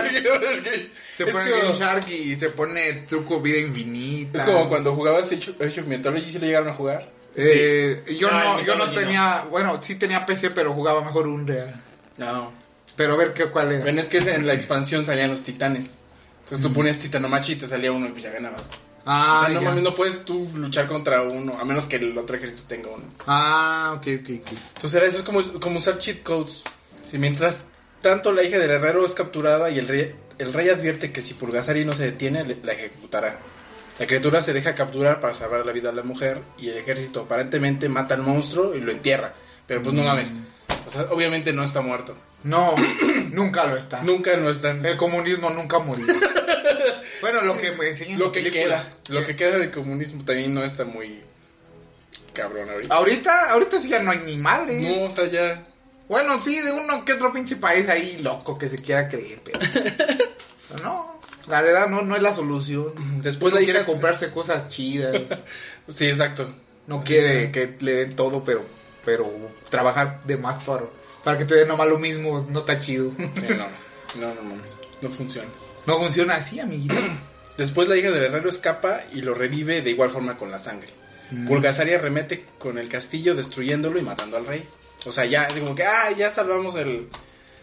Se
Es
pone el
como-
Game Shark y se pone truco vida infinita.
Es como cuando jugabas Age of- Age of Mythology, si lo llegaron a jugar.
Eh, Yo
Ah,
no,
el
yo no
Mythology
tenía. Bueno, sí tenía PC, pero jugaba mejor un real.
No.
Pero a ver qué cuál era.
Ven, es que en la expansión salían los titanes. Entonces tú ponías titanomachi y te salía uno y pues ya ganabas.
Ah,
o sea, no
ya.
mames, no puedes tú luchar contra uno, a menos que el otro ejército tenga uno.
Ah, ok, ok, ok.
Entonces era eso, es como, como usar cheat codes. Si mientras tanto la hija del herrero es capturada y el rey, el rey advierte que si Pulgasari no se detiene, le- la ejecutará. La criatura se deja capturar para salvar la vida de la mujer y el ejército aparentemente mata al monstruo y lo entierra. Pero pues no
Mm.
mames. O sea, obviamente no está muerto.
No, nunca lo está.
Nunca no está.
El comunismo nunca murió. bueno, lo que me enseñan
Lo
en
que
película.
queda, lo que queda de comunismo también no está muy cabrón ahorita.
Ah, Ahorita, ahorita sí ya no hay ni madres.
No, está ya.
Bueno, sí, de uno que otro pinche país ahí loco que se quiera creer, pero. pero no, la verdad no, no es la solución.
Después
Uno
la
quiere
hija.
comprarse cosas chidas.
Sí, exacto.
No quiere que le den todo, pero, pero trabajar de más para, para que te den nomás lo mismo no está chido.
Sí, no, no, no mames. No funciona.
No funciona así, amiguito.
Después la hija del herrero escapa y lo revive de igual forma con la sangre.
Mm.
Pulgasari arremete con el castillo destruyéndolo y matando al rey. O sea, ya, es como que, ah, ya salvamos el...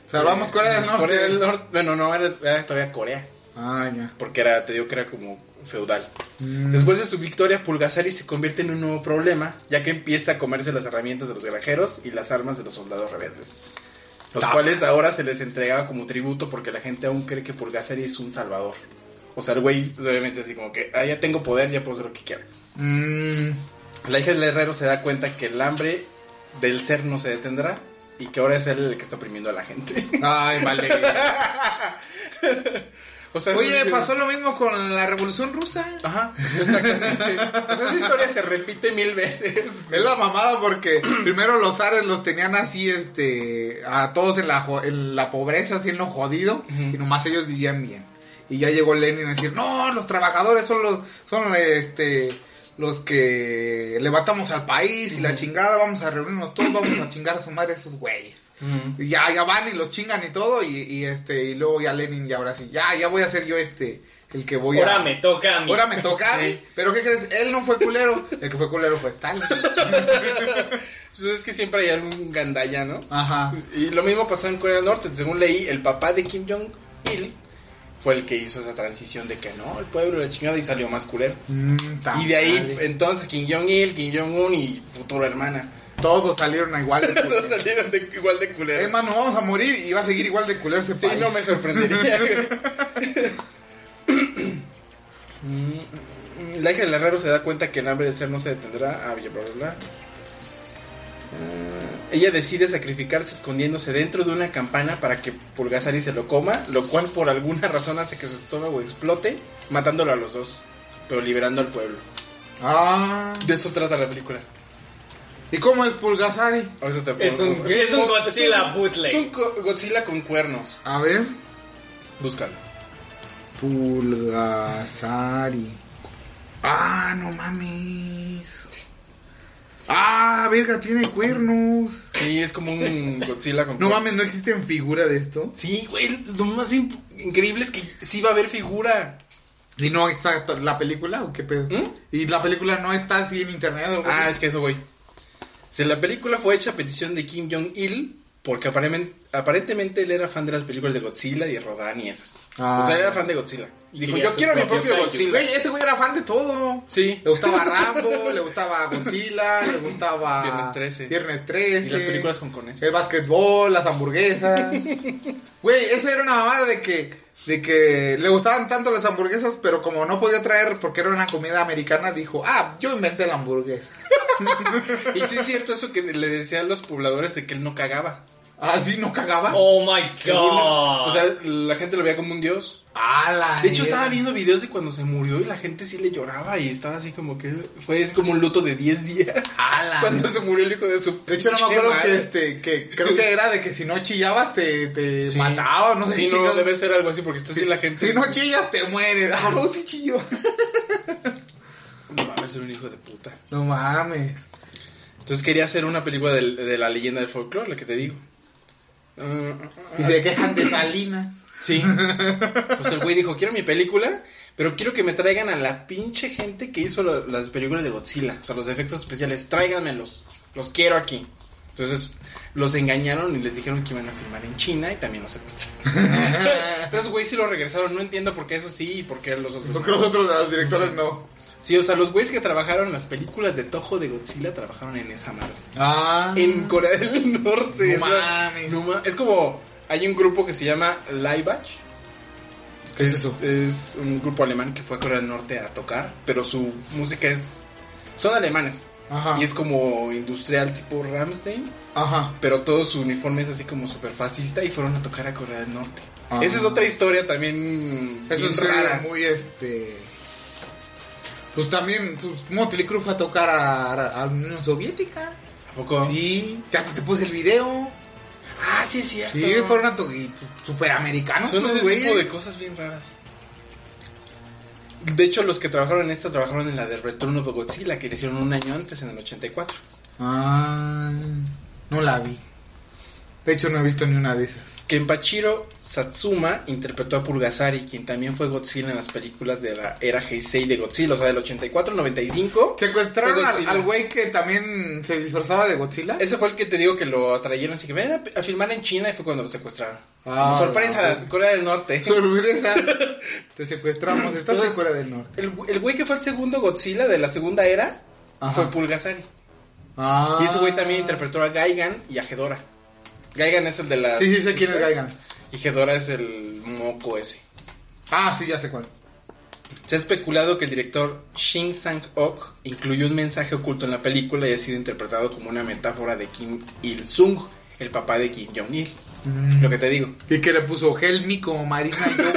Salvamos Corea del Norte.
Corea del Norte. Bueno, no, era, era todavía Corea,
Ah, ya.
porque era, te digo que era como feudal.
Mm.
Después de su victoria, Pulgasari se convierte en un nuevo problema, ya que empieza a comerse las herramientas de los granjeros y las armas de los soldados rebeldes, los
Ah.
cuales ahora se les entregaba como tributo porque la gente aún cree que Pulgasari es un salvador. O sea, el güey, obviamente, así como que, ah, ya tengo poder, ya puedo hacer lo que quiera.
Mm.
La hija del herrero se da cuenta que el hambre del ser no se detendrá y que ahora es él el que está oprimiendo a la gente.
Ay, vale.
o sea, es
Oye,
un-
pasó lo mismo con la Revolución Rusa.
Ajá, exactamente. o sea, esa historia se repite mil veces.
Es la mamada porque primero los zares los tenían así, este, a todos en la, jo- en la pobreza, así en lo jodido,
Ujú.
y nomás ellos vivían bien. Y ya llegó Lenin a decir, no, los trabajadores son los, son este, los que levantamos al país y la chingada, vamos a reunirnos todos, vamos a chingar a su madre a esos güeyes. Y ya, ya van y los chingan y todo, y, y, este, y luego ya Lenin ya ahora sí, ya, ya voy a ser yo este, el que voy
Ahora
a...
me toca a mí.
Ahora me toca,
Sí.
pero ¿qué crees? Él no fue culero, el que fue culero fue Stalin.
Pues es que siempre hay algún gandalla, ¿no?
Ajá.
Y lo mismo pasó en Corea del Norte. Según leí, el papá de Kim Jong-il fue el que hizo esa transición de que no, el pueblo la chingada y salió más culero.
Mm, ta
Y de ahí,
madre.
entonces, Kim Jong-il, Kim Jong-un y futura hermana.
Todos salieron igual. de
Todos
culeros.
salieron de- igual de
Es
culeros.
más, nos vamos a morir y va a seguir igual de culero ese
Sí,
país.
no me sorprendería. güey. La hija del herrero se da cuenta que el hambre del ser no se detendrá. Ah, bla, bla, bla, bla. Ah, Ella decide sacrificarse escondiéndose dentro de una campana para que Pulgasari se lo coma, lo cual por alguna razón hace que su estómago explote, matándolo a los dos, pero liberando al pueblo.
Ah.
De eso trata la película.
¿Y cómo es Pulgasari?
Ahorita te-
Es un, es un Godzilla bootleg.
Es un co- Godzilla con cuernos.
A ver.
Búscalo.
Pulgasari. Ah, no mames. Ah, verga, tiene cuernos.
Sí, es como un Godzilla con
No
cuernos.
mames, ¿no existen figura de esto?
Sí, güey, lo más in- increíble es que sí va a haber figura.
¿Y no está t- la película o qué pedo?
¿Mm?
¿Y la película no está así en internet o algo
Ah,
así?
es que eso, güey. Si la película fue hecha a petición de Kim Jong-il, porque aparemen- aparentemente él era fan de las películas de Godzilla y de Rodan y esas.
Ah.
o sea, era fan de Godzilla. Y dijo,
Y
yo
su
quiero mi
propio
propio
kaiju".
Godzilla.
Güey, ese güey era fan de todo.
Sí.
Le gustaba Rambo, le gustaba Godzilla, le gustaba...
Viernes 13.
Viernes 13.
Y las películas hongkonesas.
El básquetbol, las hamburguesas. Güey, esa era una mamada de que, de que le gustaban tanto las hamburguesas, pero como no podía traer porque era una comida americana, dijo, ah, yo inventé la hamburguesa.
Y sí es cierto eso que le decían los pobladores de que él no cagaba.
Así no cagaba.
Oh my god.
Según- o sea, la gente lo veía como un dios.
Ah, la
De hecho,
mierda.
estaba viendo videos de cuando se murió y la gente sí le lloraba y estaba así como que fue es como un luto de 10 días.
Ah, la
Cuando
mierda.
se murió el hijo de su
De hecho, no me acuerdo que, este, que creo que era de que si no chillabas te, te
Sí.
mataba, no sé.
Sí,
qué
no,
chingados.
debe ser algo así porque está así la gente. pues,
Si no chillas te mueres. Ah, no, sí chillo.
No mames, era un hijo de puta.
No mames.
Entonces quería hacer una película del- de, la leyenda del folclore, la que te digo. Ah, ah, ah,
Y se quejan de Salinas.
Sí. Pues el güey dijo, quiero mi película, pero quiero que me traigan a la pinche gente que hizo lo- las películas de Godzilla. O sea, los efectos especiales, tráiganmelos. Los quiero aquí. Entonces, los engañaron y les dijeron que iban a filmar en China y también los secuestraron. Pero esos güeyes sí lo regresaron. No entiendo por qué eso sí y por qué los otros.
Porque
no.
los otros los directores no.
Sí, o sea, los güeyes que trabajaron en las películas de Toho de Godzilla trabajaron en esa madre.
Ah.
En Corea del Norte.
No
o sea,
mames.
no ma- es como. Hay un grupo que se llama Livebatch.
¿Qué es eso?
Es un grupo alemán que fue a Corea del Norte a tocar, pero su música es. Son alemanes.
Ajá.
Y es como industrial tipo Rammstein,
Ajá.
pero todo su uniforme es así como super fascista y fueron a tocar a Corea del Norte.
Ah.
Esa es otra historia también.
Eso
bien
es muy este. Pues también, pues Motley Crue fue a tocar a, a- a la Unión Soviética.
¿A
Oh.
poco?
Sí. Ya te puse el video.
Ah, sí, es cierto.
Sí, fueron a tocar. Superamericanos,
Son
esos
ese
Ah, güeyes.
tipo de cosas bien raras. De hecho, los que trabajaron en esta trabajaron en la de Return of Godzilla, que le hicieron un año antes, en el 84.
Ah. No la vi. De hecho, no he visto ni una de esas.
Kenpachiro Satsuma interpretó a Pulgasari, quien también fue Godzilla en las películas de la era Heisei de Godzilla, o sea, del 84 al 95.
Secuestraron
Fue
al-
Godzilla.
al güey que también se disfrazaba de Godzilla.
Ese fue el que te digo que lo atrayeron, así que ven a, a filmar en China y fue cuando lo secuestraron.
Ah,
Como sorpresa,
ok.
Corea del Norte.
Sorpresa. Te secuestramos. Estás
Entonces-
en Corea del Norte.
El, el güey que fue el segundo Godzilla de la segunda era
Ajá.
fue Pulgasari.
Ah.
Y ese güey también interpretó a Gaigan y a Hedora. Gaigan es el de la...
Sí, sí, sé quién es Gaigan.
Y Hedora es el moco ese.
Ah, sí, ya sé cuál.
Se ha especulado que el director Shin Sang-ok incluyó un mensaje oculto en la película y ha sido interpretado como una metáfora de Kim Il-sung, el papá de Kim Jong-il. Mm. Lo que te digo.
Y que le puso Helmi como Marina y yo.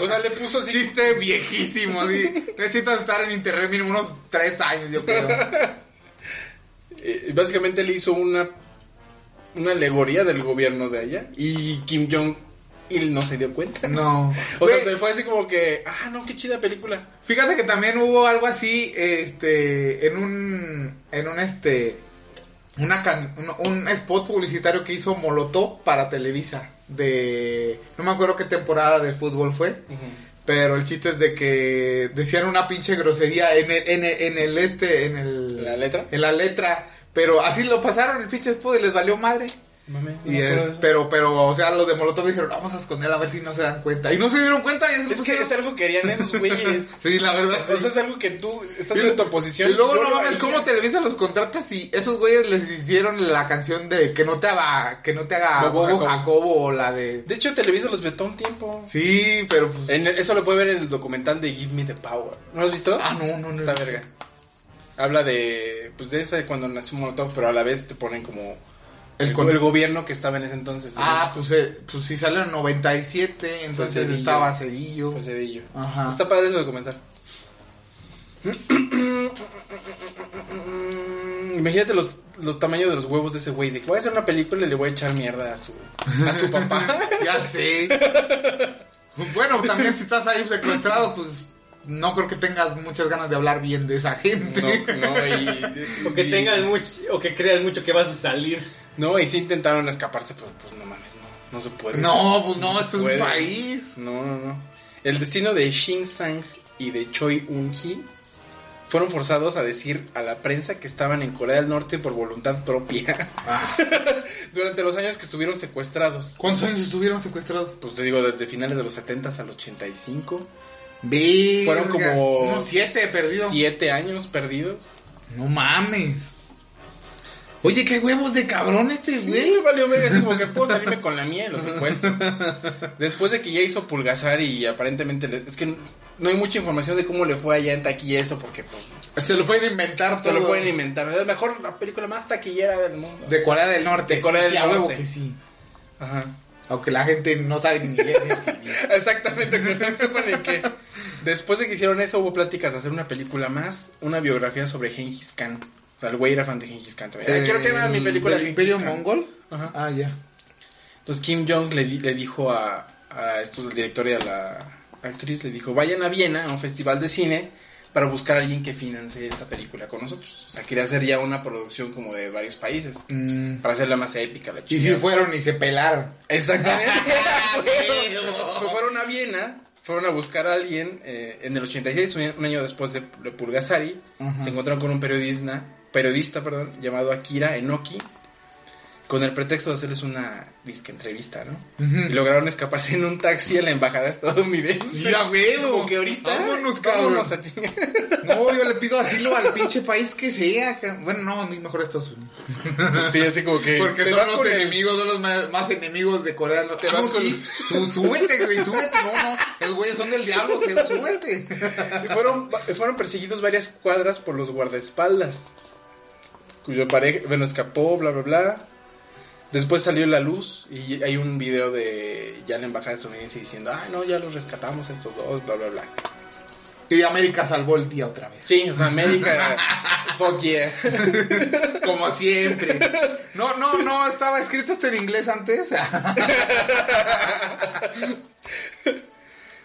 O sea, le puso así...
Chiste viejísimo, así. Necesitas estar en internet mínimo unos tres años, yo creo.
Eh, básicamente le hizo una, una alegoría del gobierno de allá y Kim Jong-il no se dio cuenta.
No.
O sea,
Güey,
se fue así como que... Ah, no, qué chida película.
Fíjate que también hubo algo así, este, en un, en un, este, una can- un, un spot publicitario que hizo Molotov para Televisa, de, no me acuerdo qué temporada de fútbol fue, pero el chiste es de que decían una pinche grosería en el, en el, en el este, en el...
¿La letra?
En la letra, pero así lo pasaron el pinche spot y les valió madre.
Mame, no
Y
me
es-
acuerdo de eso.
pero, pero, o sea, los de Molotov dijeron, vamos a esconder a ver si no se dan cuenta. Y no se dieron cuenta. Y se lo
Es que
pusieron.
es algo que harían esos güeyes.
Sí, la verdad. sí.
O sea, es algo que tú estás
Y-
en tu posición.
Y luego,
yo
no
lo
mames,
haría.
¿cómo Televisa los contratas si esos güeyes les hicieron la canción de que no te haga, que no te haga
Bobo
Bobo
Jacobo.
Jacobo, o la de...
De hecho, Televisa los vetó un tiempo.
Sí, pero pues...
En- eso lo puede ver en el documental de Give Me the Power. ¿No lo has visto?
Ah, no, no, no.
Está verga. Habla de, pues de esa de cuando nació Molotov, pero a la vez te ponen como el,
El
el
con-
gobierno que estaba en ese entonces.
Ah, pues, eh, pues sí salió en 97, entonces
Cedillo.
estaba Cedillo.
Fue Cedillo.
Ajá.
Está padre ese documental. Imagínate los, los tamaños de los huevos de ese güey. De que voy a hacer una película y le voy a echar mierda a su, a su papá.
Ya sé. bueno, también si estás ahí secuestrado, pues no creo que tengas muchas ganas de hablar bien de esa gente.
No, no, y,
O que
y-
tengas mucho, o que creas mucho que vas a salir.
No, y sí intentaron escaparse, pero pues no mames, no, no se puede.
No, pues no,
se
esto es
puede.
un país.
No, no, no. El destino de Shin Sang y de Choi Un-hee fueron forzados a decir a la prensa que estaban en Corea del Norte por voluntad propia durante los años que estuvieron secuestrados.
¿Cuántos años estuvieron secuestrados?
Pues te digo, desde finales de los 70 al 85.
Fueron
como-
Unos siete perdidos.
Siete años perdidos.
No mames. Oye, qué huevos de cabrón este güey.
valió verga, así como que puedo salirme con la mía y lo secuestro. Después de que ya hizo Pulgasar y aparentemente le- es que no hay mucha información de cómo le fue allá en taquilla eso porque pues
Se lo pueden inventar
se lo
todo.
pueden inventar. Es mejor la película más taquillera del mundo.
De Corea del Norte.
De Corea del
Sí, a huevo
Norte.
que sí.
Ajá.
Aunque la gente no sabe ni leer ni escribir.
Exactamente, que no sepan en qué. Después de que hicieron eso hubo pláticas de hacer una película más, una biografía sobre Gengis Khan. O sea, el güey era fan de Gengis Khan también.
Eh,
Ah, Quiero que vean mi
El-
película
del
de
Imperio
Gengis Khan.
Mongol?
Ajá.
Ah, ya.
Entonces Kim Jong le, di- le dijo a, a esto, el director y a la actriz, le dijo, vayan a Viena a un festival de cine para buscar a alguien que financie esta película con nosotros. O sea, quería hacer ya una producción como de varios países,
Mm.
para hacerla más épica, la
Y
chica.
si fueron y se pelaron.
Exactamente.
huevo.
Fue- fueron a Viena, fueron a buscar a alguien, eh, en el 86, un, un año después de, de Pulgasari,
Ajá.
se encontraron con un periodista, periodista perdón, llamado Akira Enoki, con el pretexto de hacerles una disque entrevista, ¿no?
Ujú.
y lograron escaparse en un taxi a la embajada estadounidense.
Sí, a huevo.
Como que ahorita
Vámonos, cabrón.
vámonos a chingar.
No, yo le pido asilo al pinche país que sea. ca- Bueno, no, a mí mejor a Estados Unidos.
Pues sí, así como que
Porque
te
son
vas
los
con el-
enemigos, son los más, más enemigos de Corea. No te
Ah,
vas
no,
con-
sí.
Sú- Súbete, güey, súbete. No, no, los güeyes son del diablo, güey, súbete.
y fueron, fueron perseguidos varias cuadras por los guardaespaldas. Cuyo pareja, bueno, escapó, bla, bla, bla. Después salió la luz y hay un video de ya la embajada estadounidense diciendo, ah, no, ya los rescatamos a estos dos, bla, bla, bla.
Y América salvó el día otra vez.
Sí, o sea, América, fuck yeah.
Como siempre. No, no, no, estaba escrito esto en inglés antes.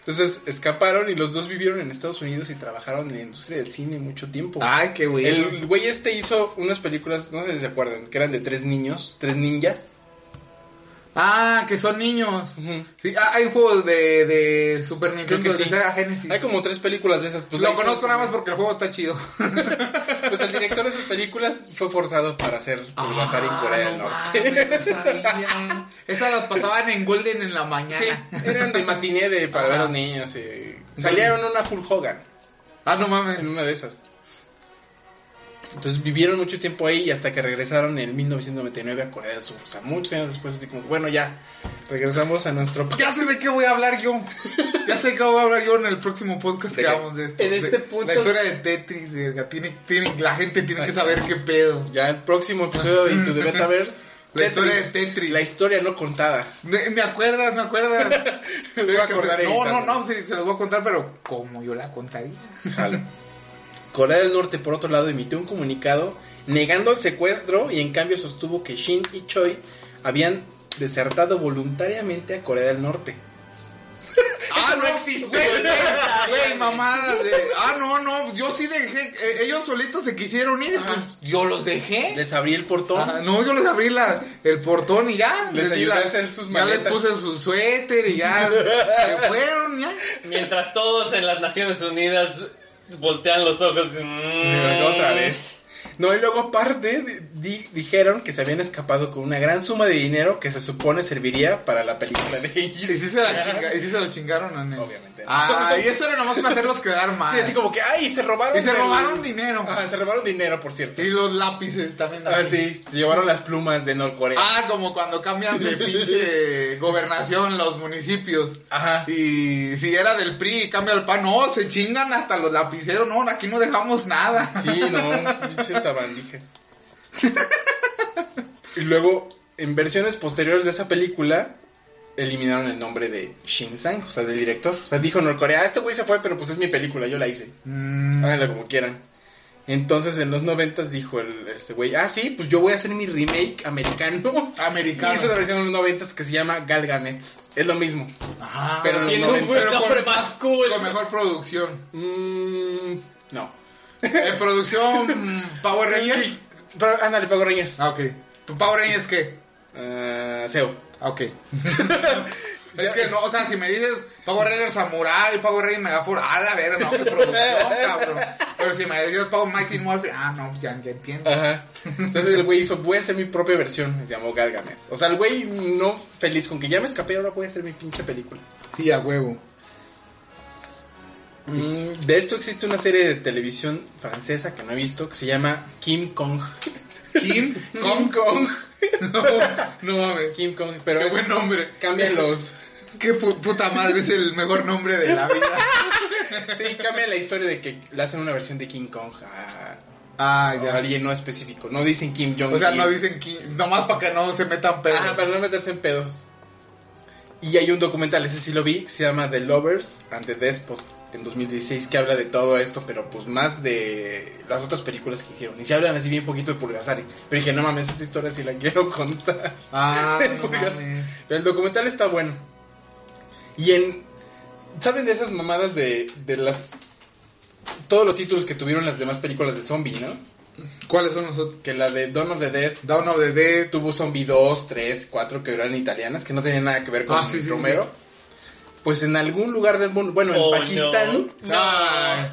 Entonces escaparon y los dos vivieron en Estados Unidos y trabajaron en la industria del cine mucho tiempo.
Ay, qué Ah, güey.
El güey este hizo unas películas, no sé si se acuerdan, que eran de tres niños, tres ninjas.
Ah, que son niños. Sí, ah, hay juegos de, de Super Nintendo,
Creo que
de
sí.
Sega Genesis.
Hay como tres películas de esas. Pues la
Lo
hizo-
conozco nada más porque el juego está chido.
Pues el director de esas películas fue forzado para hacer
Ah,
Pulgasar en Corea del Norte.
mames, no sabía. Esas las pasaban en Golden en la mañana.
Sí, eran de matiné de para
Ajá.
ver a los niños. y Salieron una Hulk Hogan
Ah, no mames.
en una de esas. Entonces vivieron mucho tiempo ahí y hasta que regresaron en 1999 a Corea del Sur. O sea, muchos años después, así como, bueno, ya, regresamos a nuestro país.
Ya sé de qué voy a hablar yo. Ya sé de qué voy a hablar yo en el próximo podcast
¿De qué?
que hagamos de esto.
En
De-
este punto-
La historia de Tetris, verga, tiene, tiene- la gente tiene que saber qué pedo.
Ya el próximo episodio de Into the Metaverse.
La historia de
Tetris.
Tetris.
La historia no contada.
Me, me acuerdas, me acuerdas.
Voy a acordar
no, no,
editando.
no, sí, se los voy a contar, pero como yo la contaría.
Jalo. Corea del Norte, por otro lado, emitió un comunicado negando el secuestro y en cambio sostuvo que Shin y Choi habían desertado voluntariamente a Corea del Norte.
Ah,
no existe.
Güey, güey, güey, mamadas de. Ah, no, no, yo sí dejé. eh, ellos solitos se quisieron ir.
Ajá.
pues, Yo los dejé.
Les abrí el portón.
Ajá, Ah, no, yo les abrí la, el portón y ya.
Les
di
ayudé
la-
a hacer sus
Ya les
maletas.
puse su suéter y ya. se fueron, ya.
Mientras todos en las Naciones Unidas voltean los ojos. y dicen, "Mm".
Otra vez. No, y luego aparte di- di- dijeron que se habían escapado con una gran suma de dinero que se supone serviría para la película de
Y
ellos.
sí se la, chinga- y sí se la chingaron a Nel.
Obviamente.
Ah, y eso era nomás para hacerlos quedar mal.
Sí, así como que, ay, se robaron.
Y se
el-
robaron dinero.
Ajá, se robaron dinero, por cierto.
Y los lápices también.
Ah, sí, se llevaron las plumas de Norcorea.
Ah, como cuando cambian de pinche gobernación los municipios.
Ajá.
Y si era del PRI y cambia al PAN, no, se chingan hasta los lapiceros, no, aquí no dejamos nada.
Sí, no, pinches sabandijas. Y luego, en versiones posteriores de esa película, eliminaron el nombre de Shin Sang, o sea, del director. O sea, dijo Norcorea, "Ah, este güey se fue, pero pues es mi película, yo la hice.
Mm,
Háganla como quieran. Entonces, en los noventas dijo el, este güey, ah, sí, pues yo voy a hacer mi remake americano.
americano.
Y hizo una versión en los noventas que se llama Galganet. Es lo mismo.
Ah,
Pero
Tiene
no,
un buen
pero con-
nombre más cool.
con mejor producción.
Mm, no.
Eh, producción mm, Power Rangers.
Pero, ándale, Pago Rangers.
Ah, ok. ¿Tu Power Rangers qué?
Ah, Seo.
Ah, ok. es que no, o sea, si me dices Power Rangers Samurai, Power Rangers Megafor, ah, la verga, no, qué producción, cabrón. Pero si me decías Power Mighty Morphin, ah, no, pues ya, ya entiendo.
Ajá. Entonces el güey hizo, voy a hacer mi propia versión. Se llamó Gargamel. O sea, el güey no feliz con que ya me escapé, ahora voy a hacer mi pinche película.
Y a huevo.
Mm, de esto existe una serie de televisión francesa que no he visto que se llama Kim Kong.
Kim
Kim
Mm. Kong.
Kong.
No, no mames.
Kim Kong, pero
Qué
es-
buen nombre.
cambian los.
Qué pu- puta madre es el mejor nombre de la vida.
Sí, cambian la historia de que le hacen una versión de Kim Kong a,
Ah,
a alguien no específico. No dicen Kim Jong.
O sea,
Il.
no dicen Kim, nomás para que no se metan pedos.
Ajá, para no meterse en pedos. Y hay un documental, ese sí lo vi, que se llama The Lovers and the Despot, en 2016, que habla de todo esto, pero pues más de las otras películas que hicieron. Y se hablan así bien poquito de Pulgasari. Pero dije, no mames, esta historia sí la quiero contar.
Ah, no
Porque-
mames.
Pero el documental está bueno. Y en... ¿Saben de esas mamadas de, de las... Todos los títulos que tuvieron las demás películas de zombie, ¿no?
¿Cuáles son los otros?
Que la de Dawn of the Dead
Down of the Dead.
tuvo Zombie 2, 3, 4 que eran italianas, que no tenían nada que ver con
Ah, sí, sí,
Romero. Pues en algún lugar del mundo, bueno, en
Oh,
Pakistán,
No.
Ay.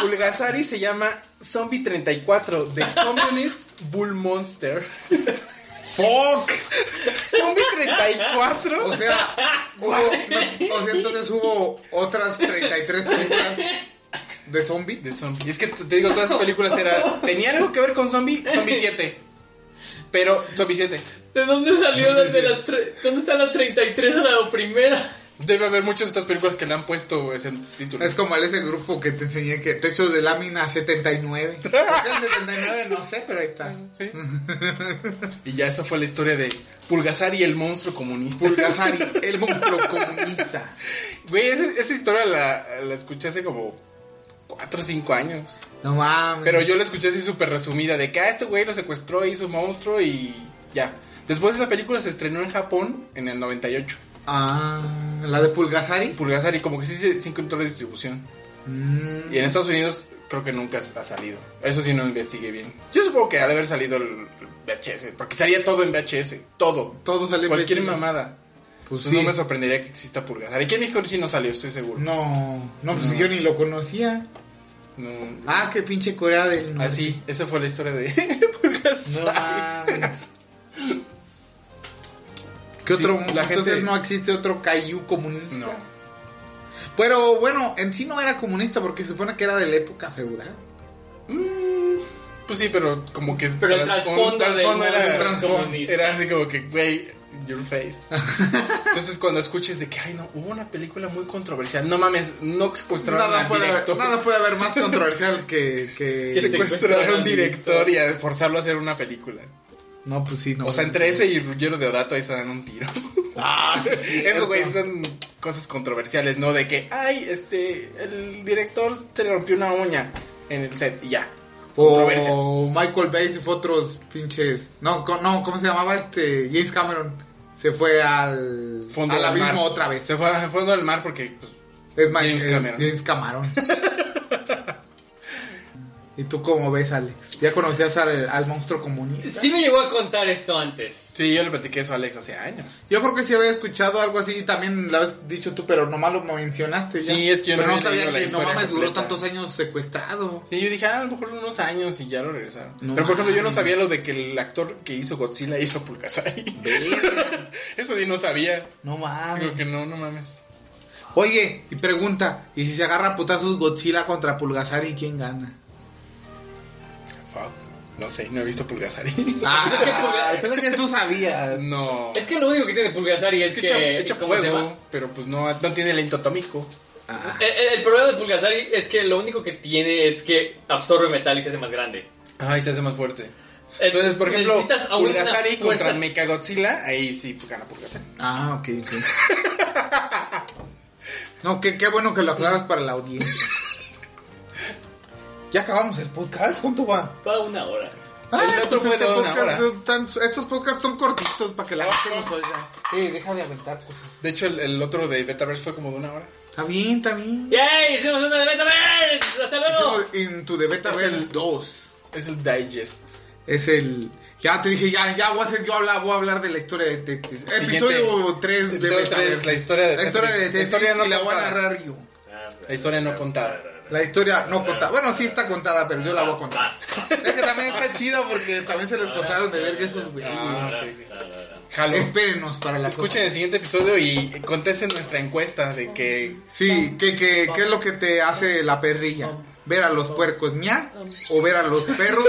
Pulgasari se llama Zombie 34, The Communist Bull Monster.
¡Fuck!
Zombie 34.
O sea, hubo- no, o sea, entonces hubo otras 33 películas de zombie.
de zombie. Es que te te digo, todas las películas era, tenía algo que ver con Zombie, Zombie 7. Pero, Zombie 7.
¿De dónde salió la de las tre- ¿Dónde está la 33 a la primera?
Debe haber muchas de estas películas que le han puesto pues, ese título.
Es como el ese grupo que te enseñé que techos de lámina 79. ¿Por qué el 79? No sé, pero ahí está.
Sí. y ya esa fue la historia de Pulgasari y el monstruo comunista.
Pulgasari, el monstruo comunista.
Güey, esa, esa historia la, la escuché hace como 4 o 5 años.
No mames.
Pero yo la escuché así súper resumida, de que ah, este güey lo secuestró, hizo un monstruo y ya. Después esa película se estrenó en Japón en el 98.
Ah, la de Pulgasari.
Pulgasari como que sí se sí encontró la distribución.
Mm.
Y en Estados Unidos creo que nunca ha salido. Eso sí no investigué bien. Yo supongo que ha de haber salido el VHS, porque salía todo en VHS, todo.
Todo sale
Cualquier
pechido.
mamada.
Pues
No
sí.
me sorprendería que exista Pulgasari. Aquí en México sí no salió, estoy seguro.
No, no, pues
No.
yo ni lo conocía.
No.
Ah, qué pinche Corea del Norte.
Así, esa fue la historia de Pulgasari.
No mames. ¿Qué
Sí,
otro?
la
Entonces
gente-
no existe otro Caillou comunista.
No.
Pero bueno, en sí no era comunista porque se supone que era de la época feudal.
Mm, pues sí, pero como que.
Pero el
trasfon-
trasfondo,
trasfondo
del
era,
mundo
trasfondo.
comunista.
era así como que, güey, your face. Entonces cuando escuches de que, ay, no, hubo una película muy controversial. No mames, no secuestraron
Nada
al
puede, haber,
director.
nada puede haber más controversial que... que-
Que
se-
secuestraron a
secuestraron
un
al
director y a forzarlo a hacer una película.
No, pues sí, no.
o sea, entre ese y Ruggiero de Odato ahí se dan un tiro.
Ah, sí, sí,
Esos güeyes
cierto.
son cosas controversiales, ¿no? De que, ay, este, el director se le rompió una uña en el set y ya. Controversia.
O Michael Bay se fue a otros pinches. No, co- no, ¿cómo se llamaba este? James Cameron. Se fue al,
Fondo
al
del
abismo
mar.
otra vez.
Se fue al fondo del mar porque pues,
Es más,
James
James
Cameron.
James Cameron. ¿Y tú cómo ves, Alex? ¿Ya conocías al, al monstruo comunista?
Sí me llegó a contar esto antes.
Sí, yo le platiqué eso a Alex hace años.
Yo creo que sí había escuchado algo así y también lo has dicho tú, pero nomás lo mencionaste. ya.
Sí, es que yo no
Pero no,
había
sabía
leído la
que no
historia
mames duró
completa.
tantos años secuestrado.
Sí, yo dije, ah, a lo mejor unos años y ya lo regresaron.
No
Pero por ejemplo, yo no
mames.
sabía lo de que el actor que hizo Godzilla hizo Pulcasai.
Verga,
Eso sí no sabía.
no
Digo
mames.
que Ah, no, no mames.
Oye, y pregunta, ¿y si se agarra a putazos Godzilla contra Pulgasari, quién gana?
Fuck. No sé, no he visto Pulgasari.
es que
Ah.
Pulga-
pensé que tú sabías.
No.
Es que lo único que tiene Pulgasari es,
Es que
que.
echa, echa
¿cómo se llama?
fuego, pero pues no, no tiene lento atómico.
Ah,
El, el- el problema de Pulgasari es que lo único que tiene es que absorbe metal y se hace más grande.
Ay, se hace más fuerte.
El-
Entonces, por ejemplo,
necesitas aún una
Pulgasari
fuerza-
contra Mechagodzilla, ahí sí pues, gana Pulgasari.
ah ok, ok. No, qué, qué bueno que lo aclaras para la audiencia. Ya acabamos el podcast, ¿cuánto va?
Toda una hora.
El otro fue de una
podcast
hora.
son tan- estos podcasts son cortitos para que la
No,
gente
no.
nos oiga. Eh, deja de aventar cosas.
De hecho, el, el otro de Betaverse fue como de una hora.
Está bien, está bien.
¡Yay! ¡Hicimos una de Betaverse! ¡Hasta luego!
Hicimos En tu debeta
Es
es
el-
el 2.
Es el digest.
Es el. Ya te dije, ya, ya voy a hacer, yo hablar, voy a hablar de la historia de Tetris. Episodio 3 de
Episodio
Beta
3,
Verse.
la historia de
La historia de
Tetris.
Tetris.
La historia no
y la voy a
contada.
narrar yo.
La historia no contada.
La historia no contada. Bueno, sí está contada, pero yo la voy a
Ah.
contar. Es que también está chido porque también se les pasaron de verga esos güeyes.
Ah, Jalo.
Espérenos para la
Escuchen el siguiente episodio y contesten nuestra encuesta de que
Sí, ¿qué, qué, qué es lo que te hace la perrilla? ¿Ver a los puercos ña o ver a los perros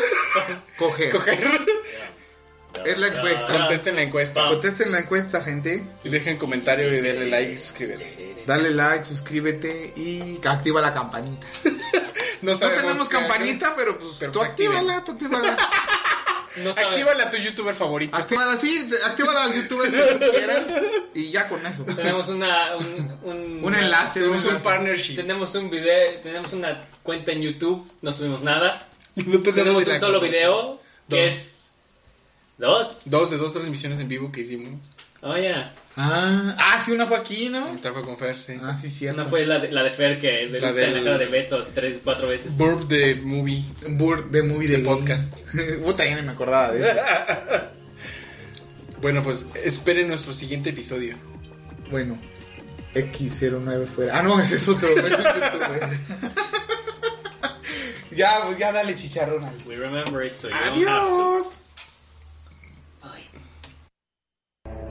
coger?
coger.
Ah,
Es la encuesta.
Contesten la encuesta.
Contesten la encuesta, gente.
Y dejen comentario y denle like y suscríbete.
Dale like, suscríbete y activa la campanita.
No,
No
sabemos
tenemos
qué-
campanita, pero pues
Pero
tú
pues,
actívala, tú actívala.
No sabe-
Actívale a tu youtuber favorito.
actívala, sí, actívala al youtuber que tú quieras y ya con eso.
Tenemos una, un, un,
Un enlace,
Tenemos un
enlace.
partnership.
Tenemos un video, tenemos una cuenta en YouTube, no subimos nada.
No
Tenemos
ni la
un solo
cuenta.
video, que
Dos.
es... ¿Dos?
Dos de dos transmisiones en vivo que hicimos.
Oh, ya.
Ah, ah, sí, una fue aquí, ¿no?
El trabajo con Fer, sí.
Ah, sí, cierto.
Una fue la de, la de Fer, que de, está
La
en
del-
la cara de Beto tres, cuatro veces.
Burp de movie.
Bur- de movie de
De podcast.
Puta, ya ni me acordaba de eso.
Bueno, pues esperen nuestro siguiente episodio.
Bueno, X09 fuera. Ah, no, ese es otro. ese es otro, güey. ya, pues ya dale chicharrón al
We remember it, so you don't have to.
¡Adiós!
Ay.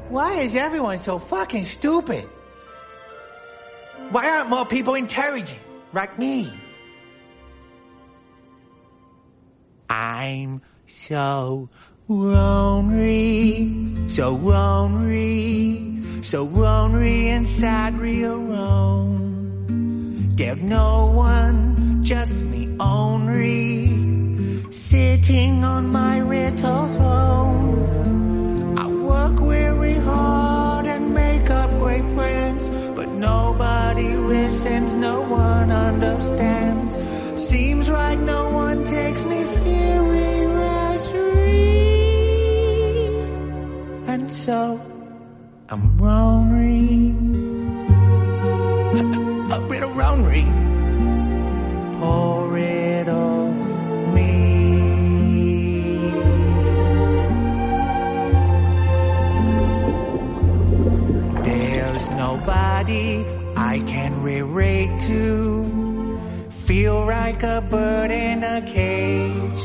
Why is everyone so fucking stupid? Why aren't more people intelligent like me? I'm so lonely, so lonely, so lonely and sad, real alone. There's no one, just me only, sitting on my little throne. I work very hard and make up great plans, but nobody listens, no one understands. Seems like no one takes me seriously, and so I'm lonely, a little lonely, poor little me. There's nobody I can relate to. Feel like a bird in a cage.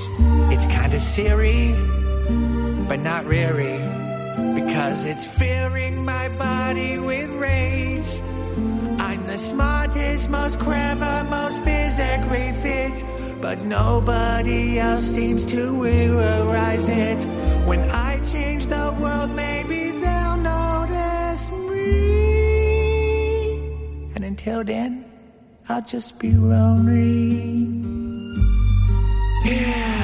It's kinda silly, but not really. Because it's filling my body with rage. I'm the smartest, most clever, most physically fit, but nobody else seems to realize it. When I change the world, maybe they'll notice me. And until then, I'll just be lonely. Yeah.